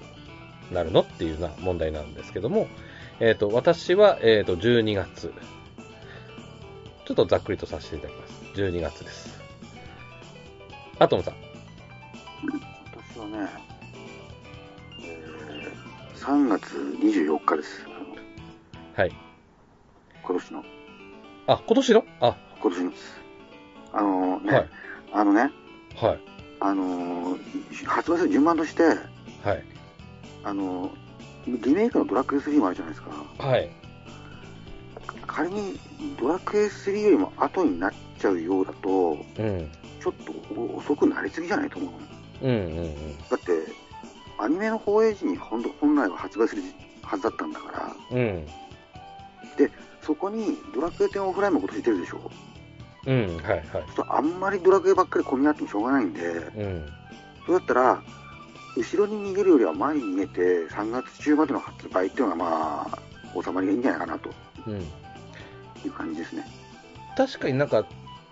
[SPEAKER 1] なるのっていうような問題なんですけども、えー、と私は、えー、と12月、ちょっとざっくりとさせていただきます、12月です。アトムさん
[SPEAKER 2] 私はね、えー、3月24日です。
[SPEAKER 1] はい。
[SPEAKER 2] 今年の。
[SPEAKER 1] あ、今年のあ、
[SPEAKER 2] 今年のです。あのね、
[SPEAKER 1] はい。
[SPEAKER 2] あのね、
[SPEAKER 1] はい。
[SPEAKER 2] あのー発売する順番として、
[SPEAKER 1] はい。
[SPEAKER 2] あのーリメイクのドラクエ3もあるじゃないですか。
[SPEAKER 1] はい。
[SPEAKER 2] 仮にドラクエ3よりも後になっちゃうようだと、
[SPEAKER 1] うん。
[SPEAKER 2] ちょっとお遅くなりすぎじゃないと思うの。だ
[SPEAKER 1] うんうん
[SPEAKER 2] って、アニメの放映時に本本来は発売するはずだったんだから、
[SPEAKER 1] うん。うん。
[SPEAKER 2] そこにドラクエ10オフラインも今年出るでしょ。
[SPEAKER 1] うん。はいはい。
[SPEAKER 2] ちょっとあんまりドラクエばっかり混み合ってもしょうがないんで、
[SPEAKER 1] うん。
[SPEAKER 2] そうだったら、後ろに逃げるよりは前に逃げて、3月中までの発売っていうのが、まあ、収まりがいいんじゃないかなと
[SPEAKER 1] うん。
[SPEAKER 2] いう感じですね。
[SPEAKER 1] 確かになんか、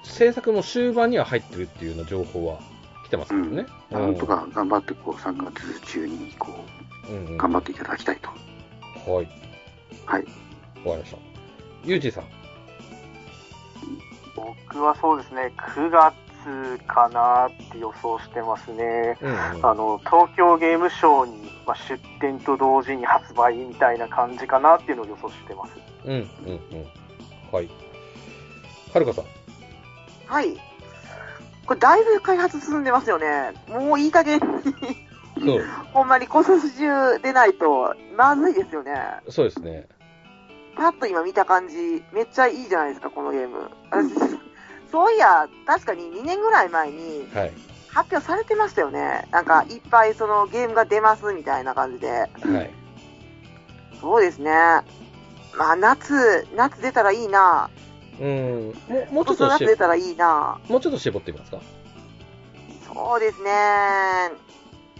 [SPEAKER 1] 制作も終盤には入ってるっていうような情報は来てますけどね。う
[SPEAKER 2] なんと。か頑張ってこう、3月中にこ
[SPEAKER 1] うん、うん。
[SPEAKER 2] う頑張っていただきたいと。
[SPEAKER 1] て。はい。
[SPEAKER 2] は
[SPEAKER 1] わ
[SPEAKER 2] い。
[SPEAKER 1] かりました。ゆうじさん。
[SPEAKER 3] 僕はそうですね、9月かなって予想してますね。
[SPEAKER 1] うん、うん。
[SPEAKER 3] あの、東京ゲームショウに、まあ、出展と同時に発売みたいな感じかなっていうのを予想してます。
[SPEAKER 1] うんうんうん。はい。はるかさん。
[SPEAKER 4] はい。これだいぶ開発進んでますよね。もういい加減に [laughs]
[SPEAKER 1] そう、
[SPEAKER 4] ほんまに今年中でないと、まずいですよね。
[SPEAKER 1] そうですね。
[SPEAKER 4] パッと今見た感じ、めっちゃいいじゃないですか、このゲーム。私、 [laughs] そういや、確かに2年ぐらい前に
[SPEAKER 1] はい。
[SPEAKER 4] 発表されてましたよね。なんか、いっぱいそのゲームが出ますみたいな感じで。
[SPEAKER 1] はい。
[SPEAKER 4] そうですね。まあ、夏、夏出たらいいな。
[SPEAKER 1] うん。もう、もうちょっと
[SPEAKER 4] 今年
[SPEAKER 1] し
[SPEAKER 4] 夏、出たらいいな。
[SPEAKER 1] もうちょっと絞ってみますか。
[SPEAKER 4] そうですね。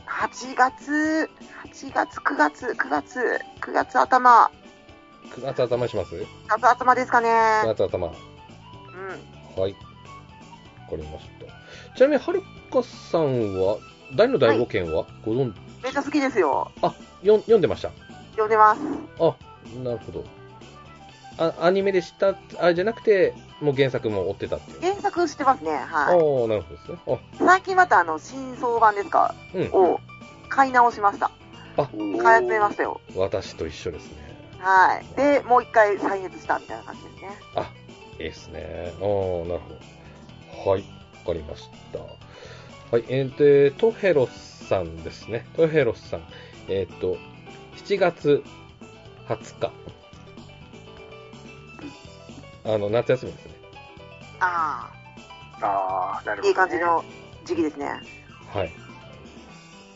[SPEAKER 4] 8月、8月、9月、9月、9月頭、
[SPEAKER 1] 9月頭にします
[SPEAKER 4] 9月頭ですか
[SPEAKER 1] 9
[SPEAKER 4] ね。
[SPEAKER 1] 月頭。
[SPEAKER 4] うん。
[SPEAKER 1] はい。わかりました。ちなみに、はるかさんは、大の大冒険はご存、
[SPEAKER 4] めっちゃ好きですよ。
[SPEAKER 1] よん読んでました
[SPEAKER 4] 読んでます。
[SPEAKER 1] あ、なるほど。あアニメで知った、あれじゃなくて、もう原作も追ってたっていう。
[SPEAKER 4] 原作してますね。
[SPEAKER 1] ああ
[SPEAKER 4] はい。
[SPEAKER 1] ー、なるほどですね。あ、
[SPEAKER 4] 最近またあの、新装版ですか
[SPEAKER 1] うん。
[SPEAKER 4] を買い直しました。
[SPEAKER 2] うん
[SPEAKER 4] 買い集めましたよ。
[SPEAKER 1] 私と一緒ですね。
[SPEAKER 4] はい。で、もう一回再熱したみたいな感じですね。
[SPEAKER 1] あ、いいですね。ああ、なるほど。はい、わかりました。はい、えー、で、トヘロスさんですね。トヘロスさん。えっ、と、7月20日。あの、夏休みですね。
[SPEAKER 4] あ
[SPEAKER 3] ああ、なるほど、
[SPEAKER 4] あ、いい感じ。の時期ですね。
[SPEAKER 1] はい。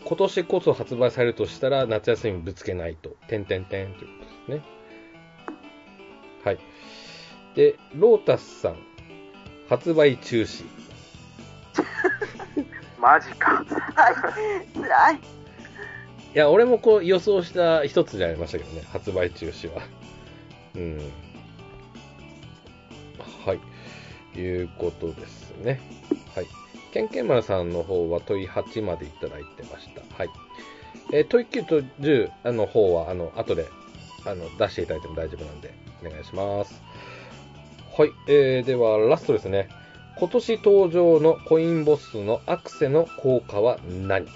[SPEAKER 1] 今年こそ発売されるとしたら、夏休みぶつけないと。てんてんてんということですね。はい。で、ロータスさん。発売中止。
[SPEAKER 3] マジか。
[SPEAKER 4] はい。辛い。
[SPEAKER 1] いや、俺もこう予想した一つでありましたけどね、発売中止は。うん。はい。いうことですね。はい。ケンケンマルさんの方は問い8までいただいてました。はい。えー問い9と10あの方は、あの、後で、あの、出していただいても大丈夫なんで、お願いします。はい。えー、では、ラストですね。今年登場のコインボスのアクセの効果は何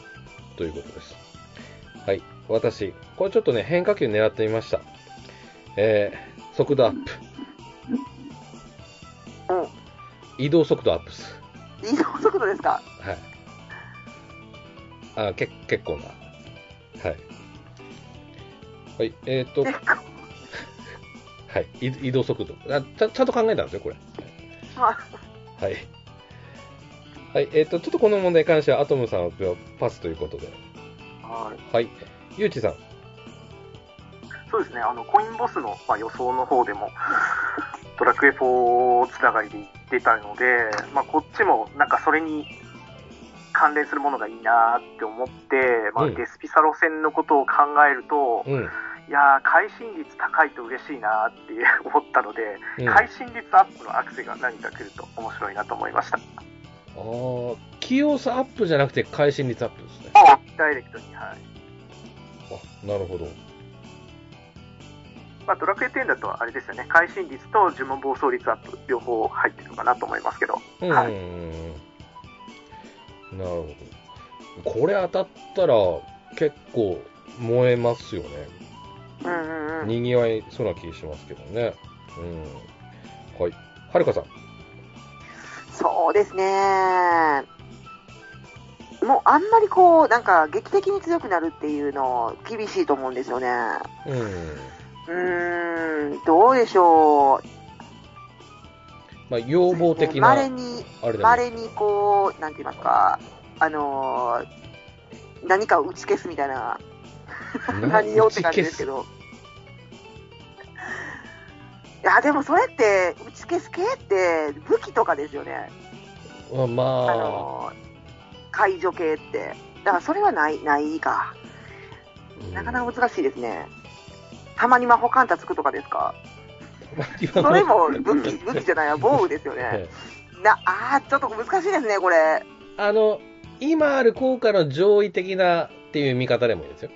[SPEAKER 1] ということです。はい、私、これちょっとね、変化球狙ってみました。えー、速度アップ。
[SPEAKER 4] うん
[SPEAKER 1] 移動速度アップっす。
[SPEAKER 4] 移動速度ですか
[SPEAKER 1] はい。あけ結構な。はい。はい、えっ、ー、と、
[SPEAKER 4] 結構。
[SPEAKER 1] はい、い移動速度あちゃ。ちゃんと考えたんですよ、これ。
[SPEAKER 4] まあ、
[SPEAKER 1] はい。はい、えっ、ー、と、ちょっとこの問題に関しては、アトムさんはパスということで。
[SPEAKER 3] はい。
[SPEAKER 1] はい。ゆうちさん。
[SPEAKER 3] そうですね、あのコインボスの、まあ、予想の方でも、ドラクエ4つながりで出たので、まあ、こっちもなんかそれに関連するものがいいなって思って、ま
[SPEAKER 1] う
[SPEAKER 3] あ、
[SPEAKER 1] ん
[SPEAKER 3] デスピサロ戦のことを考えると、
[SPEAKER 1] うん。
[SPEAKER 3] いやー、会心率高いと嬉しいなって [laughs] 思ったので、
[SPEAKER 1] うん、
[SPEAKER 3] 会心率アップのアクセが何か来ると面白いなと思いました。
[SPEAKER 1] あー器用さアップじゃなくて会心率アップですね。
[SPEAKER 3] ダイレクトに、はい。
[SPEAKER 1] あ、なるほど。
[SPEAKER 3] まあ、ドラクエ10だとあれですよね、会心率と呪文暴走率アップ、両方入ってるのかなと思いますけど、
[SPEAKER 1] うん。
[SPEAKER 3] はい
[SPEAKER 1] なるほど。これ当たったら結構燃えますよね。
[SPEAKER 4] うんうんうん。
[SPEAKER 1] にぎわいそうな気しますけどね。うん。はい。はるかさん。
[SPEAKER 4] そうですね。もうあんまりこう、なんか劇的に強くなるっていうの、厳しいと思うんですよね。
[SPEAKER 1] うん。
[SPEAKER 4] うーん、どうでしょう。
[SPEAKER 1] まあ、要望的な、あれ
[SPEAKER 4] 稀に、
[SPEAKER 1] だね
[SPEAKER 4] 稀にこう、なんて言いますか、あのー何かを打ち消すみたいな、
[SPEAKER 1] な
[SPEAKER 4] 何をって感じですけど。いや、でもそれって、打ち消す系って武器とかですよね。
[SPEAKER 1] あま
[SPEAKER 4] あ
[SPEAKER 1] あ、
[SPEAKER 4] の解除系って。だからそれはない、ないか。
[SPEAKER 1] うん
[SPEAKER 4] な
[SPEAKER 1] [laughs]
[SPEAKER 4] かなか難しいですね。たまに魔法カンタつくとかですか
[SPEAKER 1] 今
[SPEAKER 4] そ
[SPEAKER 1] の
[SPEAKER 4] れも武 [laughs] 器、武器じゃないや、防具ですよね。な、あー、ちょっと難しいですね、これ。
[SPEAKER 1] あの、今ある効果の上位的なっていう見方でもいいですよ。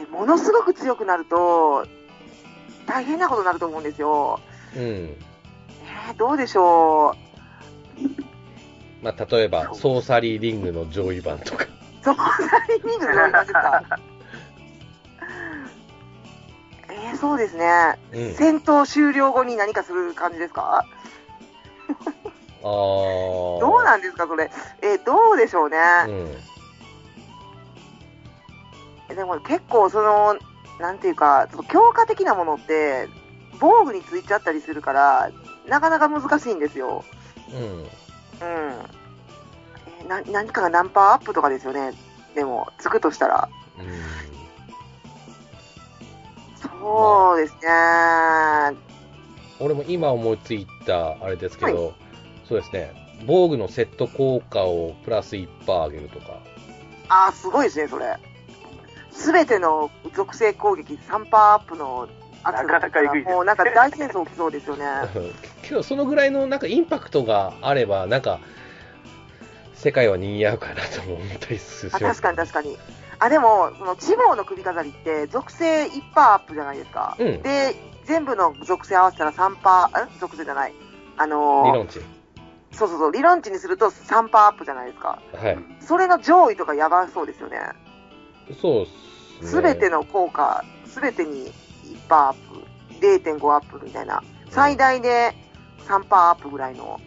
[SPEAKER 4] えものすごく強くなると、大変なことになると思うんですよ。
[SPEAKER 1] うん。
[SPEAKER 4] えー、どうでしょ
[SPEAKER 1] まあ、例えば、ソーサリーリングの上位版とか。
[SPEAKER 4] う。そこなりにグのいまですか。えー、そうですね。
[SPEAKER 1] うん。
[SPEAKER 4] 戦闘終了後に何かする感じですか
[SPEAKER 1] あー
[SPEAKER 4] どうなんですか、これ。えーどうでしょうね。
[SPEAKER 1] うん。
[SPEAKER 4] でも結構その、なんていうか、その強化的なものって、防具についちゃったりするから、なかなか難しいんですよ。
[SPEAKER 1] うん。
[SPEAKER 4] うん。えーな何かが何パーアップとかですよね。でも、つくとしたら。
[SPEAKER 1] うん
[SPEAKER 4] そうですね。
[SPEAKER 1] 俺も今思いついたあれですけど、そうですね、防具のセット効果をプラス1%上げるとか、
[SPEAKER 4] ああ、すごいですね、それ。すべての属性攻撃3%アップの圧
[SPEAKER 3] なかなかえぐいですね
[SPEAKER 4] もうなんか大戦争起きそうですよ
[SPEAKER 3] [laughs]
[SPEAKER 4] ね。
[SPEAKER 1] [laughs] けどそのぐらいのなんかインパクトがあれば、なんか、世界は賑やうかなとも思ったりする
[SPEAKER 4] あ確かに確
[SPEAKER 1] か
[SPEAKER 4] かに。あ、でも、その、地方の首飾りって、属性1%アップじゃないですか。
[SPEAKER 1] うん
[SPEAKER 4] で、全部の属性合わせたら3%、ん属性じゃない。あ
[SPEAKER 1] 理
[SPEAKER 4] のー
[SPEAKER 1] 論値。
[SPEAKER 4] そうそうそう、理論値にすると3%アップじゃないですか。
[SPEAKER 1] はい。
[SPEAKER 4] それの上位とかやばそうですよね。
[SPEAKER 1] そうっすね。
[SPEAKER 4] すべての効果、すべてに1%アップ、0.5アップみたいな。最大で3%アップぐらいの、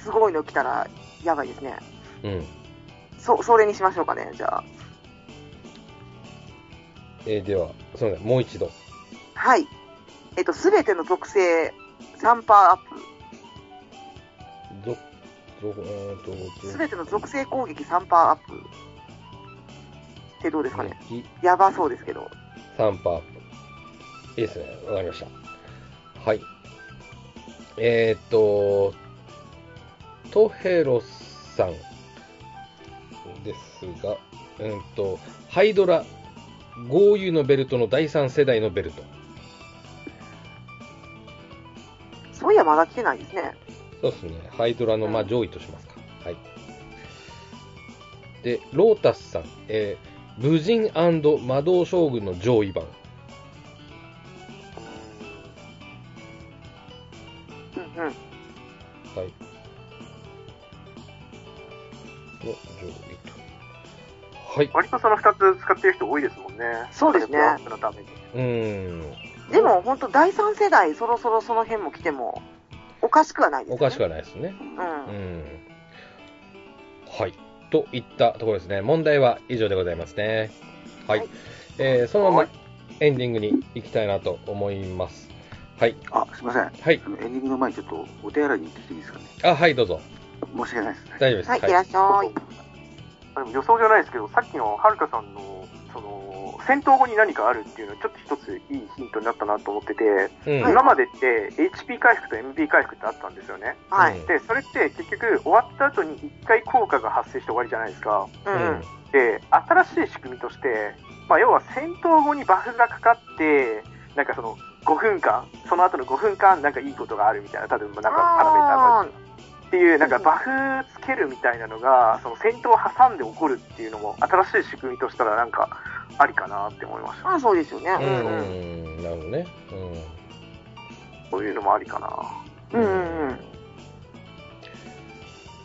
[SPEAKER 4] すごいの来たらやばいですね。
[SPEAKER 1] うん。
[SPEAKER 4] そ、それにしましょうかね、じゃあ。
[SPEAKER 1] えーでは、そうね、もう一度。
[SPEAKER 4] はい。えっと、すべての属性3%アッ
[SPEAKER 1] ど、ど、えーと、
[SPEAKER 4] プ、
[SPEAKER 1] ど
[SPEAKER 4] すべての属性攻撃3%アップってどうですかね。
[SPEAKER 1] 撃
[SPEAKER 4] やばそうですけど。
[SPEAKER 1] 3パーアップ。いいですね。わかりました。はい。えーっと、トヘロスさんですが、うんと、ハイドラ、豪遊のベルトの第3世代のベルト。
[SPEAKER 4] そういや、まだ来てないですね。
[SPEAKER 1] そうですね。ハイドラの、まあ、
[SPEAKER 4] うん
[SPEAKER 1] 上位としますか。はい。で、ロータスさん、えー、武人魔導将軍の上位版。
[SPEAKER 4] うんうん。
[SPEAKER 1] はい。の上位と。はい。
[SPEAKER 3] 割とその2つ使ってる人多いですもんね。
[SPEAKER 4] そうですね
[SPEAKER 3] アップのために。
[SPEAKER 1] うーん。
[SPEAKER 4] でも、本当第3世代、そろそろその辺も来ても、おかしくはないですね。
[SPEAKER 1] おかしく
[SPEAKER 4] は
[SPEAKER 1] はないですね。う
[SPEAKER 4] うん。
[SPEAKER 1] ん。はい。といったところですね。問題は以上でございますね。はい。
[SPEAKER 4] はい
[SPEAKER 1] えー、そのま
[SPEAKER 2] は
[SPEAKER 1] ま
[SPEAKER 2] い
[SPEAKER 1] エンディングに行きたいなと思います。はい。
[SPEAKER 2] あ、すみません。
[SPEAKER 1] はい。
[SPEAKER 2] あのエンディングの前にちょっとお手洗いに行ってきていいですかね。
[SPEAKER 1] あ、はい、どうぞ。
[SPEAKER 2] 申し訳ないです。
[SPEAKER 1] 大丈夫です。
[SPEAKER 4] はい、いらっしゃい。
[SPEAKER 3] あでも予想じゃないですけど、さっきのはるかさんの、その、戦闘後に何かあるっていうのは、ちょっと一ついいヒントになったなと思ってて、
[SPEAKER 1] うん。
[SPEAKER 3] 今までって HP 回復と MP 回復ってあったんですよね。
[SPEAKER 4] は
[SPEAKER 1] う
[SPEAKER 4] い。
[SPEAKER 1] ん
[SPEAKER 3] で、それって結局終わった後に1回効果が発生して終わりじゃないですか。
[SPEAKER 4] うんうん。
[SPEAKER 3] で、新しい仕組みとして、まあ、要は戦闘後にバフがかかって、なんかその、5分間、その後の5分間、なんかいいことがあるみたいな、多分なんかパラメーターが
[SPEAKER 4] あ
[SPEAKER 3] っていう、なんかバフつけるみたいなのが、その戦闘を挟んで起こるっていうのも、新しい仕組みとしたらなんか、ありかなって思いまし
[SPEAKER 4] ー
[SPEAKER 3] た。
[SPEAKER 4] あー、そうですよね。う
[SPEAKER 1] うん
[SPEAKER 4] う
[SPEAKER 1] ん。
[SPEAKER 4] ん。
[SPEAKER 1] うん。なるほどね。うん。
[SPEAKER 3] そういうのもありかな。
[SPEAKER 4] うんうんうん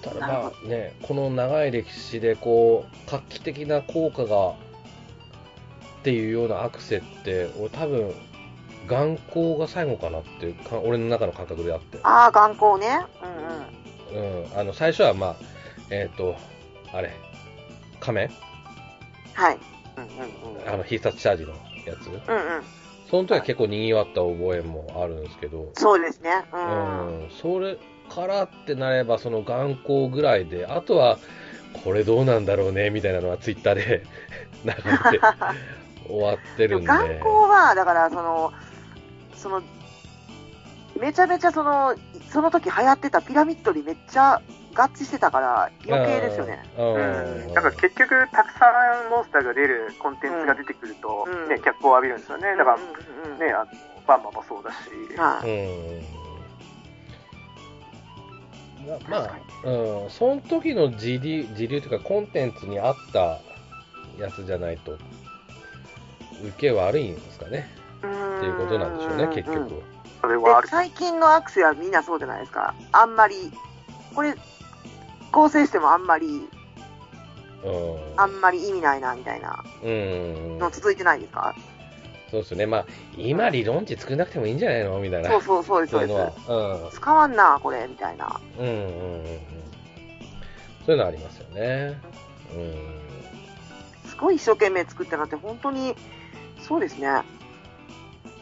[SPEAKER 1] ただまあね、この長い歴史でこう画期的な効果がっていうようなアクセって、俺多分、眼光が最後かなってか、俺の中の感覚であって、
[SPEAKER 4] ああ、眼光ね。うんうん。
[SPEAKER 1] うん、あの最初はまあ、えっ、と、あれ、仮面、
[SPEAKER 4] はい。
[SPEAKER 3] うんうんうん。
[SPEAKER 1] あの必殺チャージのやつ、
[SPEAKER 4] うんうん。
[SPEAKER 1] その時は結構賑わった覚えもあるんですけど、
[SPEAKER 4] そうですね。う。
[SPEAKER 1] うんん、それからってなれば、その眼光ぐらいで、あとは、これどうなんだろうね、みたいなのはツイッターで [laughs] 流れて終わって
[SPEAKER 4] で
[SPEAKER 1] るん
[SPEAKER 4] も
[SPEAKER 1] で。
[SPEAKER 4] 眼光は、だから、その、その、めちゃめちゃその、その時流行ってたピラミッドにめっちゃ合致してたから、余計ですよね。
[SPEAKER 1] うん。
[SPEAKER 3] うん、だから結局、たくさんモンスターが出るコンテンツが出てくると、
[SPEAKER 4] うん
[SPEAKER 3] ね、脚光を浴びるんですよね。だから、
[SPEAKER 4] うんうん
[SPEAKER 3] ね、あのバンマもそうだし、
[SPEAKER 4] うんはい。
[SPEAKER 1] うん。なま
[SPEAKER 3] 確か
[SPEAKER 1] あ、うん、その時の時流、時流というかコンテンツに合ったやつじゃないと、受け悪いんですかね。っていうことなんでしょうね、結
[SPEAKER 4] で
[SPEAKER 1] 局。
[SPEAKER 3] それはある。
[SPEAKER 4] 最近のアクセはみんなそうじゃないですか。あんまり、これ、構成してもあんまり、
[SPEAKER 1] うん。
[SPEAKER 4] あんまり意味ないな、みたいな
[SPEAKER 1] うん。
[SPEAKER 4] の続いてないですか
[SPEAKER 1] そうそうですよね。まあ、今理論値作んなくてもいいんじゃないのみたいな。
[SPEAKER 4] そうそうそうです、
[SPEAKER 1] そ
[SPEAKER 4] そ
[SPEAKER 1] いう
[SPEAKER 4] ううで
[SPEAKER 1] の
[SPEAKER 4] す。
[SPEAKER 1] は。
[SPEAKER 4] 使わんな、これ、みたいな。
[SPEAKER 1] うん。うんうんうんうん。そういうのありますよね。うん。
[SPEAKER 4] すごい一生懸命作ったなって、本当に、そうですね。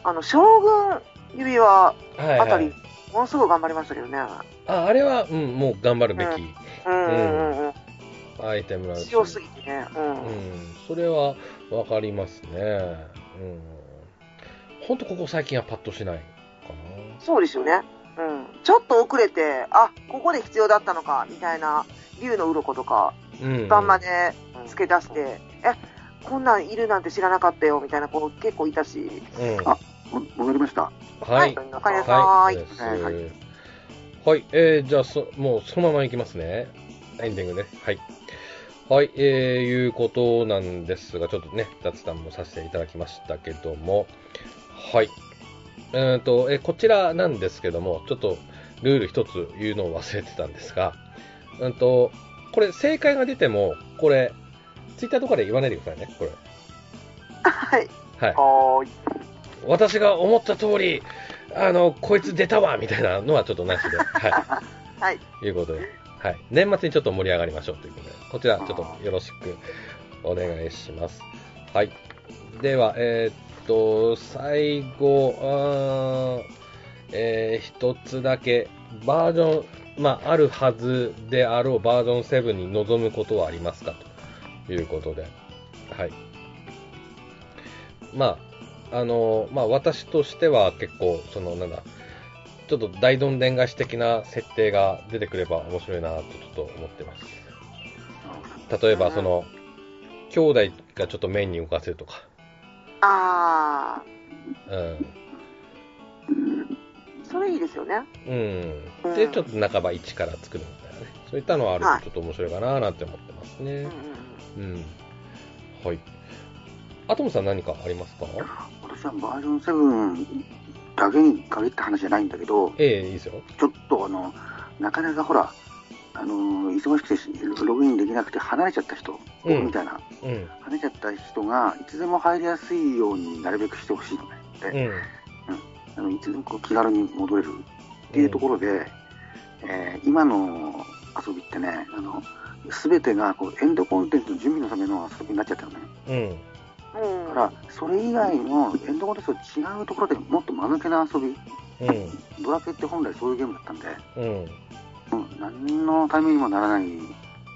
[SPEAKER 4] あの、将軍指輪
[SPEAKER 1] はい、
[SPEAKER 4] あた
[SPEAKER 1] は
[SPEAKER 4] り
[SPEAKER 1] い。、
[SPEAKER 4] ものすごい頑張りましたけどね。
[SPEAKER 1] あ、あれは、うん、もう頑張るべき
[SPEAKER 4] うんうんうんうん。
[SPEAKER 1] アイテムなんですよ
[SPEAKER 4] 強すぎてね。うん。
[SPEAKER 1] うん、それはわかりますね。うん。ほんとここ最近はパッとしないか
[SPEAKER 4] そうですよね。うん。ちょっと遅れて、あ、ここで必要だったのか、みたいな、竜の鱗とか、
[SPEAKER 1] な。うん。
[SPEAKER 4] ガンマで付け出して、え、こんなんいるなんて知らなかったよ、みたいな子結構いたし。
[SPEAKER 1] うん。
[SPEAKER 2] あも戻りました。
[SPEAKER 1] はい。
[SPEAKER 4] わかりなさ。
[SPEAKER 1] はいい。です
[SPEAKER 2] はいはい
[SPEAKER 1] はい。えー、じゃあそ、もうそのままいきますね。エンディングね。はい。はい、えー、いうことなんですが、ちょっとね、雑談もさせていただきましたけども、はい。うーんと、えーこちらなんですけども、ちょっとルール一つ言うのを忘れてたんですが、うんと、これ正解が出ても、これ、ツイッターとかで言わないでくださいね、これ。
[SPEAKER 4] はい。
[SPEAKER 1] はい。
[SPEAKER 3] はーい。
[SPEAKER 1] 私が思った通り、あの、こいつ出たわみたいなのはちょっとなしで、は
[SPEAKER 4] はい。
[SPEAKER 1] い、いうことで、はい。年末にちょっと盛り上がりましょうということで、こちらちょっとよろしくお願いします。はい。では、えーっと、最後、あーえー一つだけ、バージョン、まあ、あるはずであろうバージョン7に望むことはありますかということで、はい。まあ、あの、まあ、私としては結構、その、なんだ、ちょっと大どんでん返し的な設定が出てくれば面白いなとちょっと思ってます。例えば、その、兄弟がちょっと面に浮かせるとか、
[SPEAKER 4] あ
[SPEAKER 1] うん。
[SPEAKER 4] ー、それいいですよね。
[SPEAKER 1] うん。で、ちょっと半ば一から作るみたいなね。そういったのはある
[SPEAKER 4] はい
[SPEAKER 1] とちょっと面白いかななんて思ってます
[SPEAKER 4] う
[SPEAKER 1] ね
[SPEAKER 4] んうん。うん。
[SPEAKER 1] うん。はい。アトムさん何かありますか
[SPEAKER 2] 私はバージョン7だけに限った話じゃないんだけど、
[SPEAKER 1] ええ、いいですよ。
[SPEAKER 2] ちょっとあの、なかなかほら、あのー忙しくてログインできなくて離れちゃった人、
[SPEAKER 1] うん
[SPEAKER 2] みたいな、
[SPEAKER 1] うん。
[SPEAKER 2] 離れちゃった人が、いつでも入りやすいようになるべくしてほしいのね。
[SPEAKER 1] う
[SPEAKER 2] で
[SPEAKER 1] ん。
[SPEAKER 2] あのいつでもこう気軽に戻れるっていうところで、えー今の遊びってね、あの、すべてがこうエンドコンテンツの準備のための遊びになっちゃったのね。
[SPEAKER 1] うん。
[SPEAKER 4] うん
[SPEAKER 2] だから、それ以外のエンドコンテンツと違うところでもっと間抜けな遊び、
[SPEAKER 1] うん。
[SPEAKER 2] ドラケって本来そういうゲームだったんで、
[SPEAKER 1] うん。
[SPEAKER 2] うん、何のためにもならない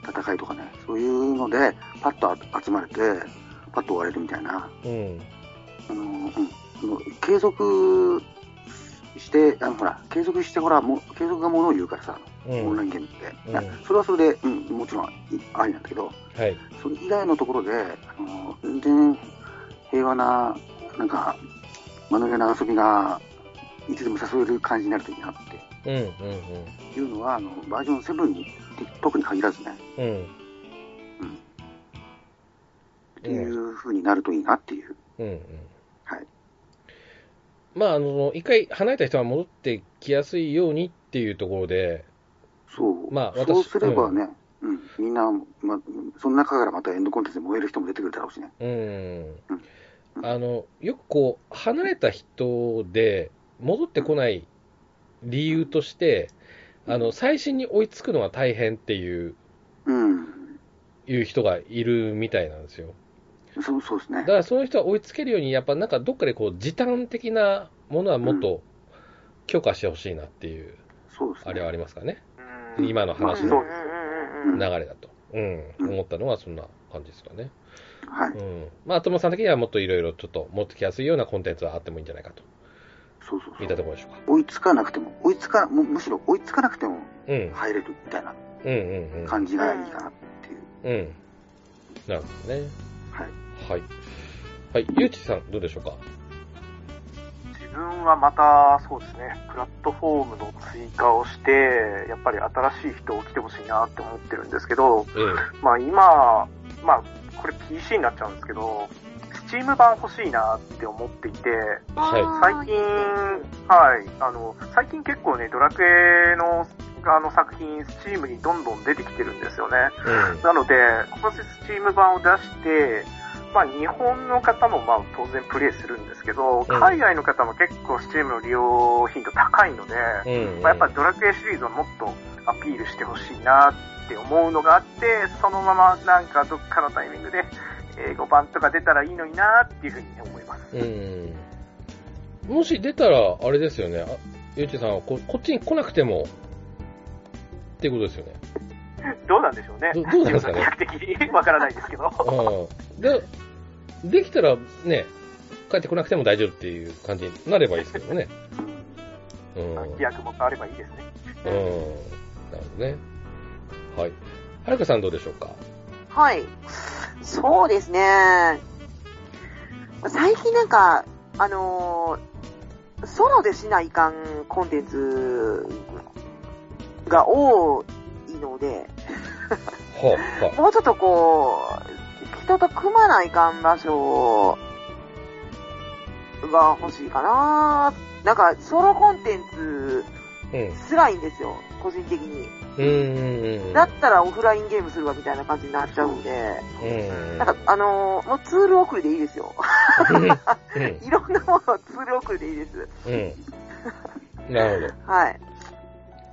[SPEAKER 2] 戦いとかね、そういうので、パッと集まれて、パッと終われるみたいな、
[SPEAKER 1] うん。
[SPEAKER 2] あのうん、あの継続して、あのほら、継続してほら、もう継続がものを言うからさ、
[SPEAKER 1] う
[SPEAKER 2] オン
[SPEAKER 1] ん
[SPEAKER 2] ライ。ンゲームって、
[SPEAKER 1] うん
[SPEAKER 2] いやそれはそれで、うん、もちろんいありなんだけど、
[SPEAKER 1] はい。
[SPEAKER 2] それ以外のところで、あの全然平和な、なんか、間抜けな遊びが、いつでも誘える感じになるといいなって。
[SPEAKER 1] うん。うん。
[SPEAKER 2] いうのはあのバージョン7に特に限らずね、
[SPEAKER 1] うん。うん。
[SPEAKER 2] うん、っていう風になるといいなっていう、
[SPEAKER 1] うんうん。
[SPEAKER 2] はい。
[SPEAKER 1] まあ、あの、一回離れた人は戻ってきやすいようにっていうところで、
[SPEAKER 2] そう,、
[SPEAKER 1] まあ私
[SPEAKER 2] そうすればね、うんみんな、ま、その中からまたエンドコンテンツで燃える人も出てくるだろうしね、
[SPEAKER 1] うん
[SPEAKER 2] うん。
[SPEAKER 1] あの、よくこう、離れた人で戻ってこない理由として、あの、最新に追いつくのは大変っていう、
[SPEAKER 2] うん、
[SPEAKER 1] いう人がいるみたいなんですよ。
[SPEAKER 2] そうそうですね
[SPEAKER 1] だか、らその人は追いつけるように、やっぱなんかどっかでこう、時短的なものはもっと強化してほしいなっていう、
[SPEAKER 2] そうですね、
[SPEAKER 1] あれはありますかね。
[SPEAKER 3] うん
[SPEAKER 1] 今の話
[SPEAKER 4] うんうん
[SPEAKER 1] の
[SPEAKER 4] うんうん
[SPEAKER 1] 流
[SPEAKER 4] うん。
[SPEAKER 1] れだと、うん、
[SPEAKER 2] うん
[SPEAKER 1] 思ったのはそんな感じですかね。
[SPEAKER 2] はい、
[SPEAKER 1] うん。まあ、アトムさん的にはもっといろいろちょっと持ってきやすいようなコンテンツはあってもいいんじゃないかと
[SPEAKER 2] そうそう
[SPEAKER 1] いった
[SPEAKER 2] そう、
[SPEAKER 1] ところでしょうか。
[SPEAKER 2] 追いつかなくても、追いつかむむしろ追いつかなくても
[SPEAKER 1] うん。
[SPEAKER 2] 入れるみたいな
[SPEAKER 1] うんうんうん。
[SPEAKER 2] 感じがいいかなっていう、
[SPEAKER 1] うん。なるほどね。
[SPEAKER 2] はい、
[SPEAKER 1] はい。はい。ゆうちさん、どうでしょうか
[SPEAKER 3] 自分はまた、そうですね、プラットフォームの追加をして、やっぱり新しい人を来てほしいなって思ってるんですけど、
[SPEAKER 1] え
[SPEAKER 3] まあ今、まあこれ PC になっちゃうんですけど、Steam 版欲しいなって思っていて、最近、はい、あの、最近結構ね、ドラクエの、あの作品、Steam にどんどん出てきてるんですよね。
[SPEAKER 1] え。
[SPEAKER 3] なので、今年 Steam 版を出して、まあ、日本の方もまあ当然プレイするんですけど、海外の方も結構 Steam の利用頻度高いので、
[SPEAKER 1] うん
[SPEAKER 3] まあ、やっぱドラクエシリーズをもっとアピールしてほしいなって思うのがあって、そのままなんかどっかのタイミングで英語版とか出たらいいのになっていうふうに思います。 [laughs]
[SPEAKER 1] うん。もし出たら、あれですよね。あゆうちさんはこ、こっちに来なくても、っていうことですよね。
[SPEAKER 3] どうなんでしょうね。
[SPEAKER 1] どどうなんですか
[SPEAKER 3] [laughs]
[SPEAKER 1] ね
[SPEAKER 3] 比較的わからないですけど。
[SPEAKER 1] うん。で、できたらね、帰ってこなくても大丈夫っていう感じになればいいですけどね。
[SPEAKER 3] [laughs]
[SPEAKER 1] うん。うん。な
[SPEAKER 3] 規
[SPEAKER 1] る
[SPEAKER 3] 約も変わればいいですね。
[SPEAKER 1] ほどね。はい。はるかさんどうでしょうか
[SPEAKER 4] はい。そうですね。最近なんか、あのーソロでしないかんコンテンツが多いので、
[SPEAKER 1] はあ、は
[SPEAKER 4] もうちょっとこう、人と組まないかん場所が欲しいかな。なんか、ソロコンテンツ
[SPEAKER 1] あ、うん。
[SPEAKER 4] 辛いんですよ、個人的に。
[SPEAKER 1] うんうんうん。
[SPEAKER 4] だったらオフラインゲームするわみたいな感じになっちゃうんで。
[SPEAKER 1] うん。
[SPEAKER 4] なんか、あのーもうツール送りでいいですよ。 [laughs]
[SPEAKER 1] うん。
[SPEAKER 4] いろんなものをツール送りでいいです。
[SPEAKER 1] うん。なるほど。
[SPEAKER 4] はい。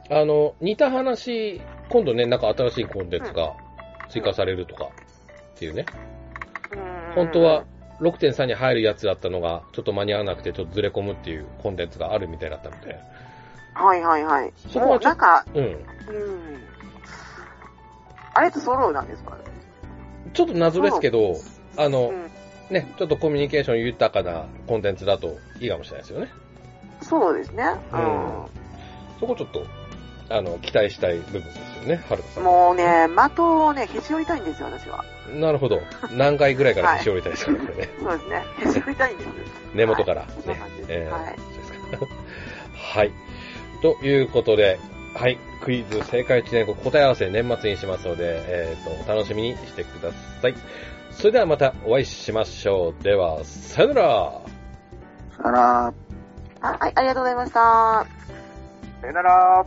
[SPEAKER 1] あの、似た話、今度ね、なんか新しいコンテンツが追加されるとかっていうね。
[SPEAKER 4] うん
[SPEAKER 1] 本当は、6.3に入るやつだったのが、ちょっと間に合わなくて、ちょっとずれ込むっていうコンテンツがあるみたいだったので。
[SPEAKER 4] はいはいはい。
[SPEAKER 1] そこは
[SPEAKER 4] もう
[SPEAKER 1] ちょ
[SPEAKER 4] な
[SPEAKER 1] っ
[SPEAKER 4] んか、
[SPEAKER 1] と、うん。
[SPEAKER 4] うん。あれとソロなんですか
[SPEAKER 1] ちょっと謎ですけど、あ
[SPEAKER 4] う
[SPEAKER 1] の、
[SPEAKER 4] ん。
[SPEAKER 1] ね、ちょっとコミュニケーション豊かなコンテンツだといいかもしれないですよね。
[SPEAKER 4] そうですね。う
[SPEAKER 1] そこちょっと、あの、期待したい部分ですよね、はるかさ
[SPEAKER 4] ん。もうね、的をね、へし折りたいんですよ、私は。
[SPEAKER 1] ん。なるほど。何回ぐらいから腰折りたいですかね、これね。
[SPEAKER 4] そうですね。へし折りたいんです。
[SPEAKER 1] 根元から。ね
[SPEAKER 4] いそんな感じです
[SPEAKER 1] えー
[SPEAKER 4] はい
[SPEAKER 1] そうですか [laughs] はい。ということで、はい。クイズ正解一年後答え合わせ年末にしますので、えっ、と、お楽しみにしてください。それではまたお会いしましょう。では、さよなら
[SPEAKER 2] さよなら。
[SPEAKER 4] あはい、ありがとうございました。
[SPEAKER 3] さよなら。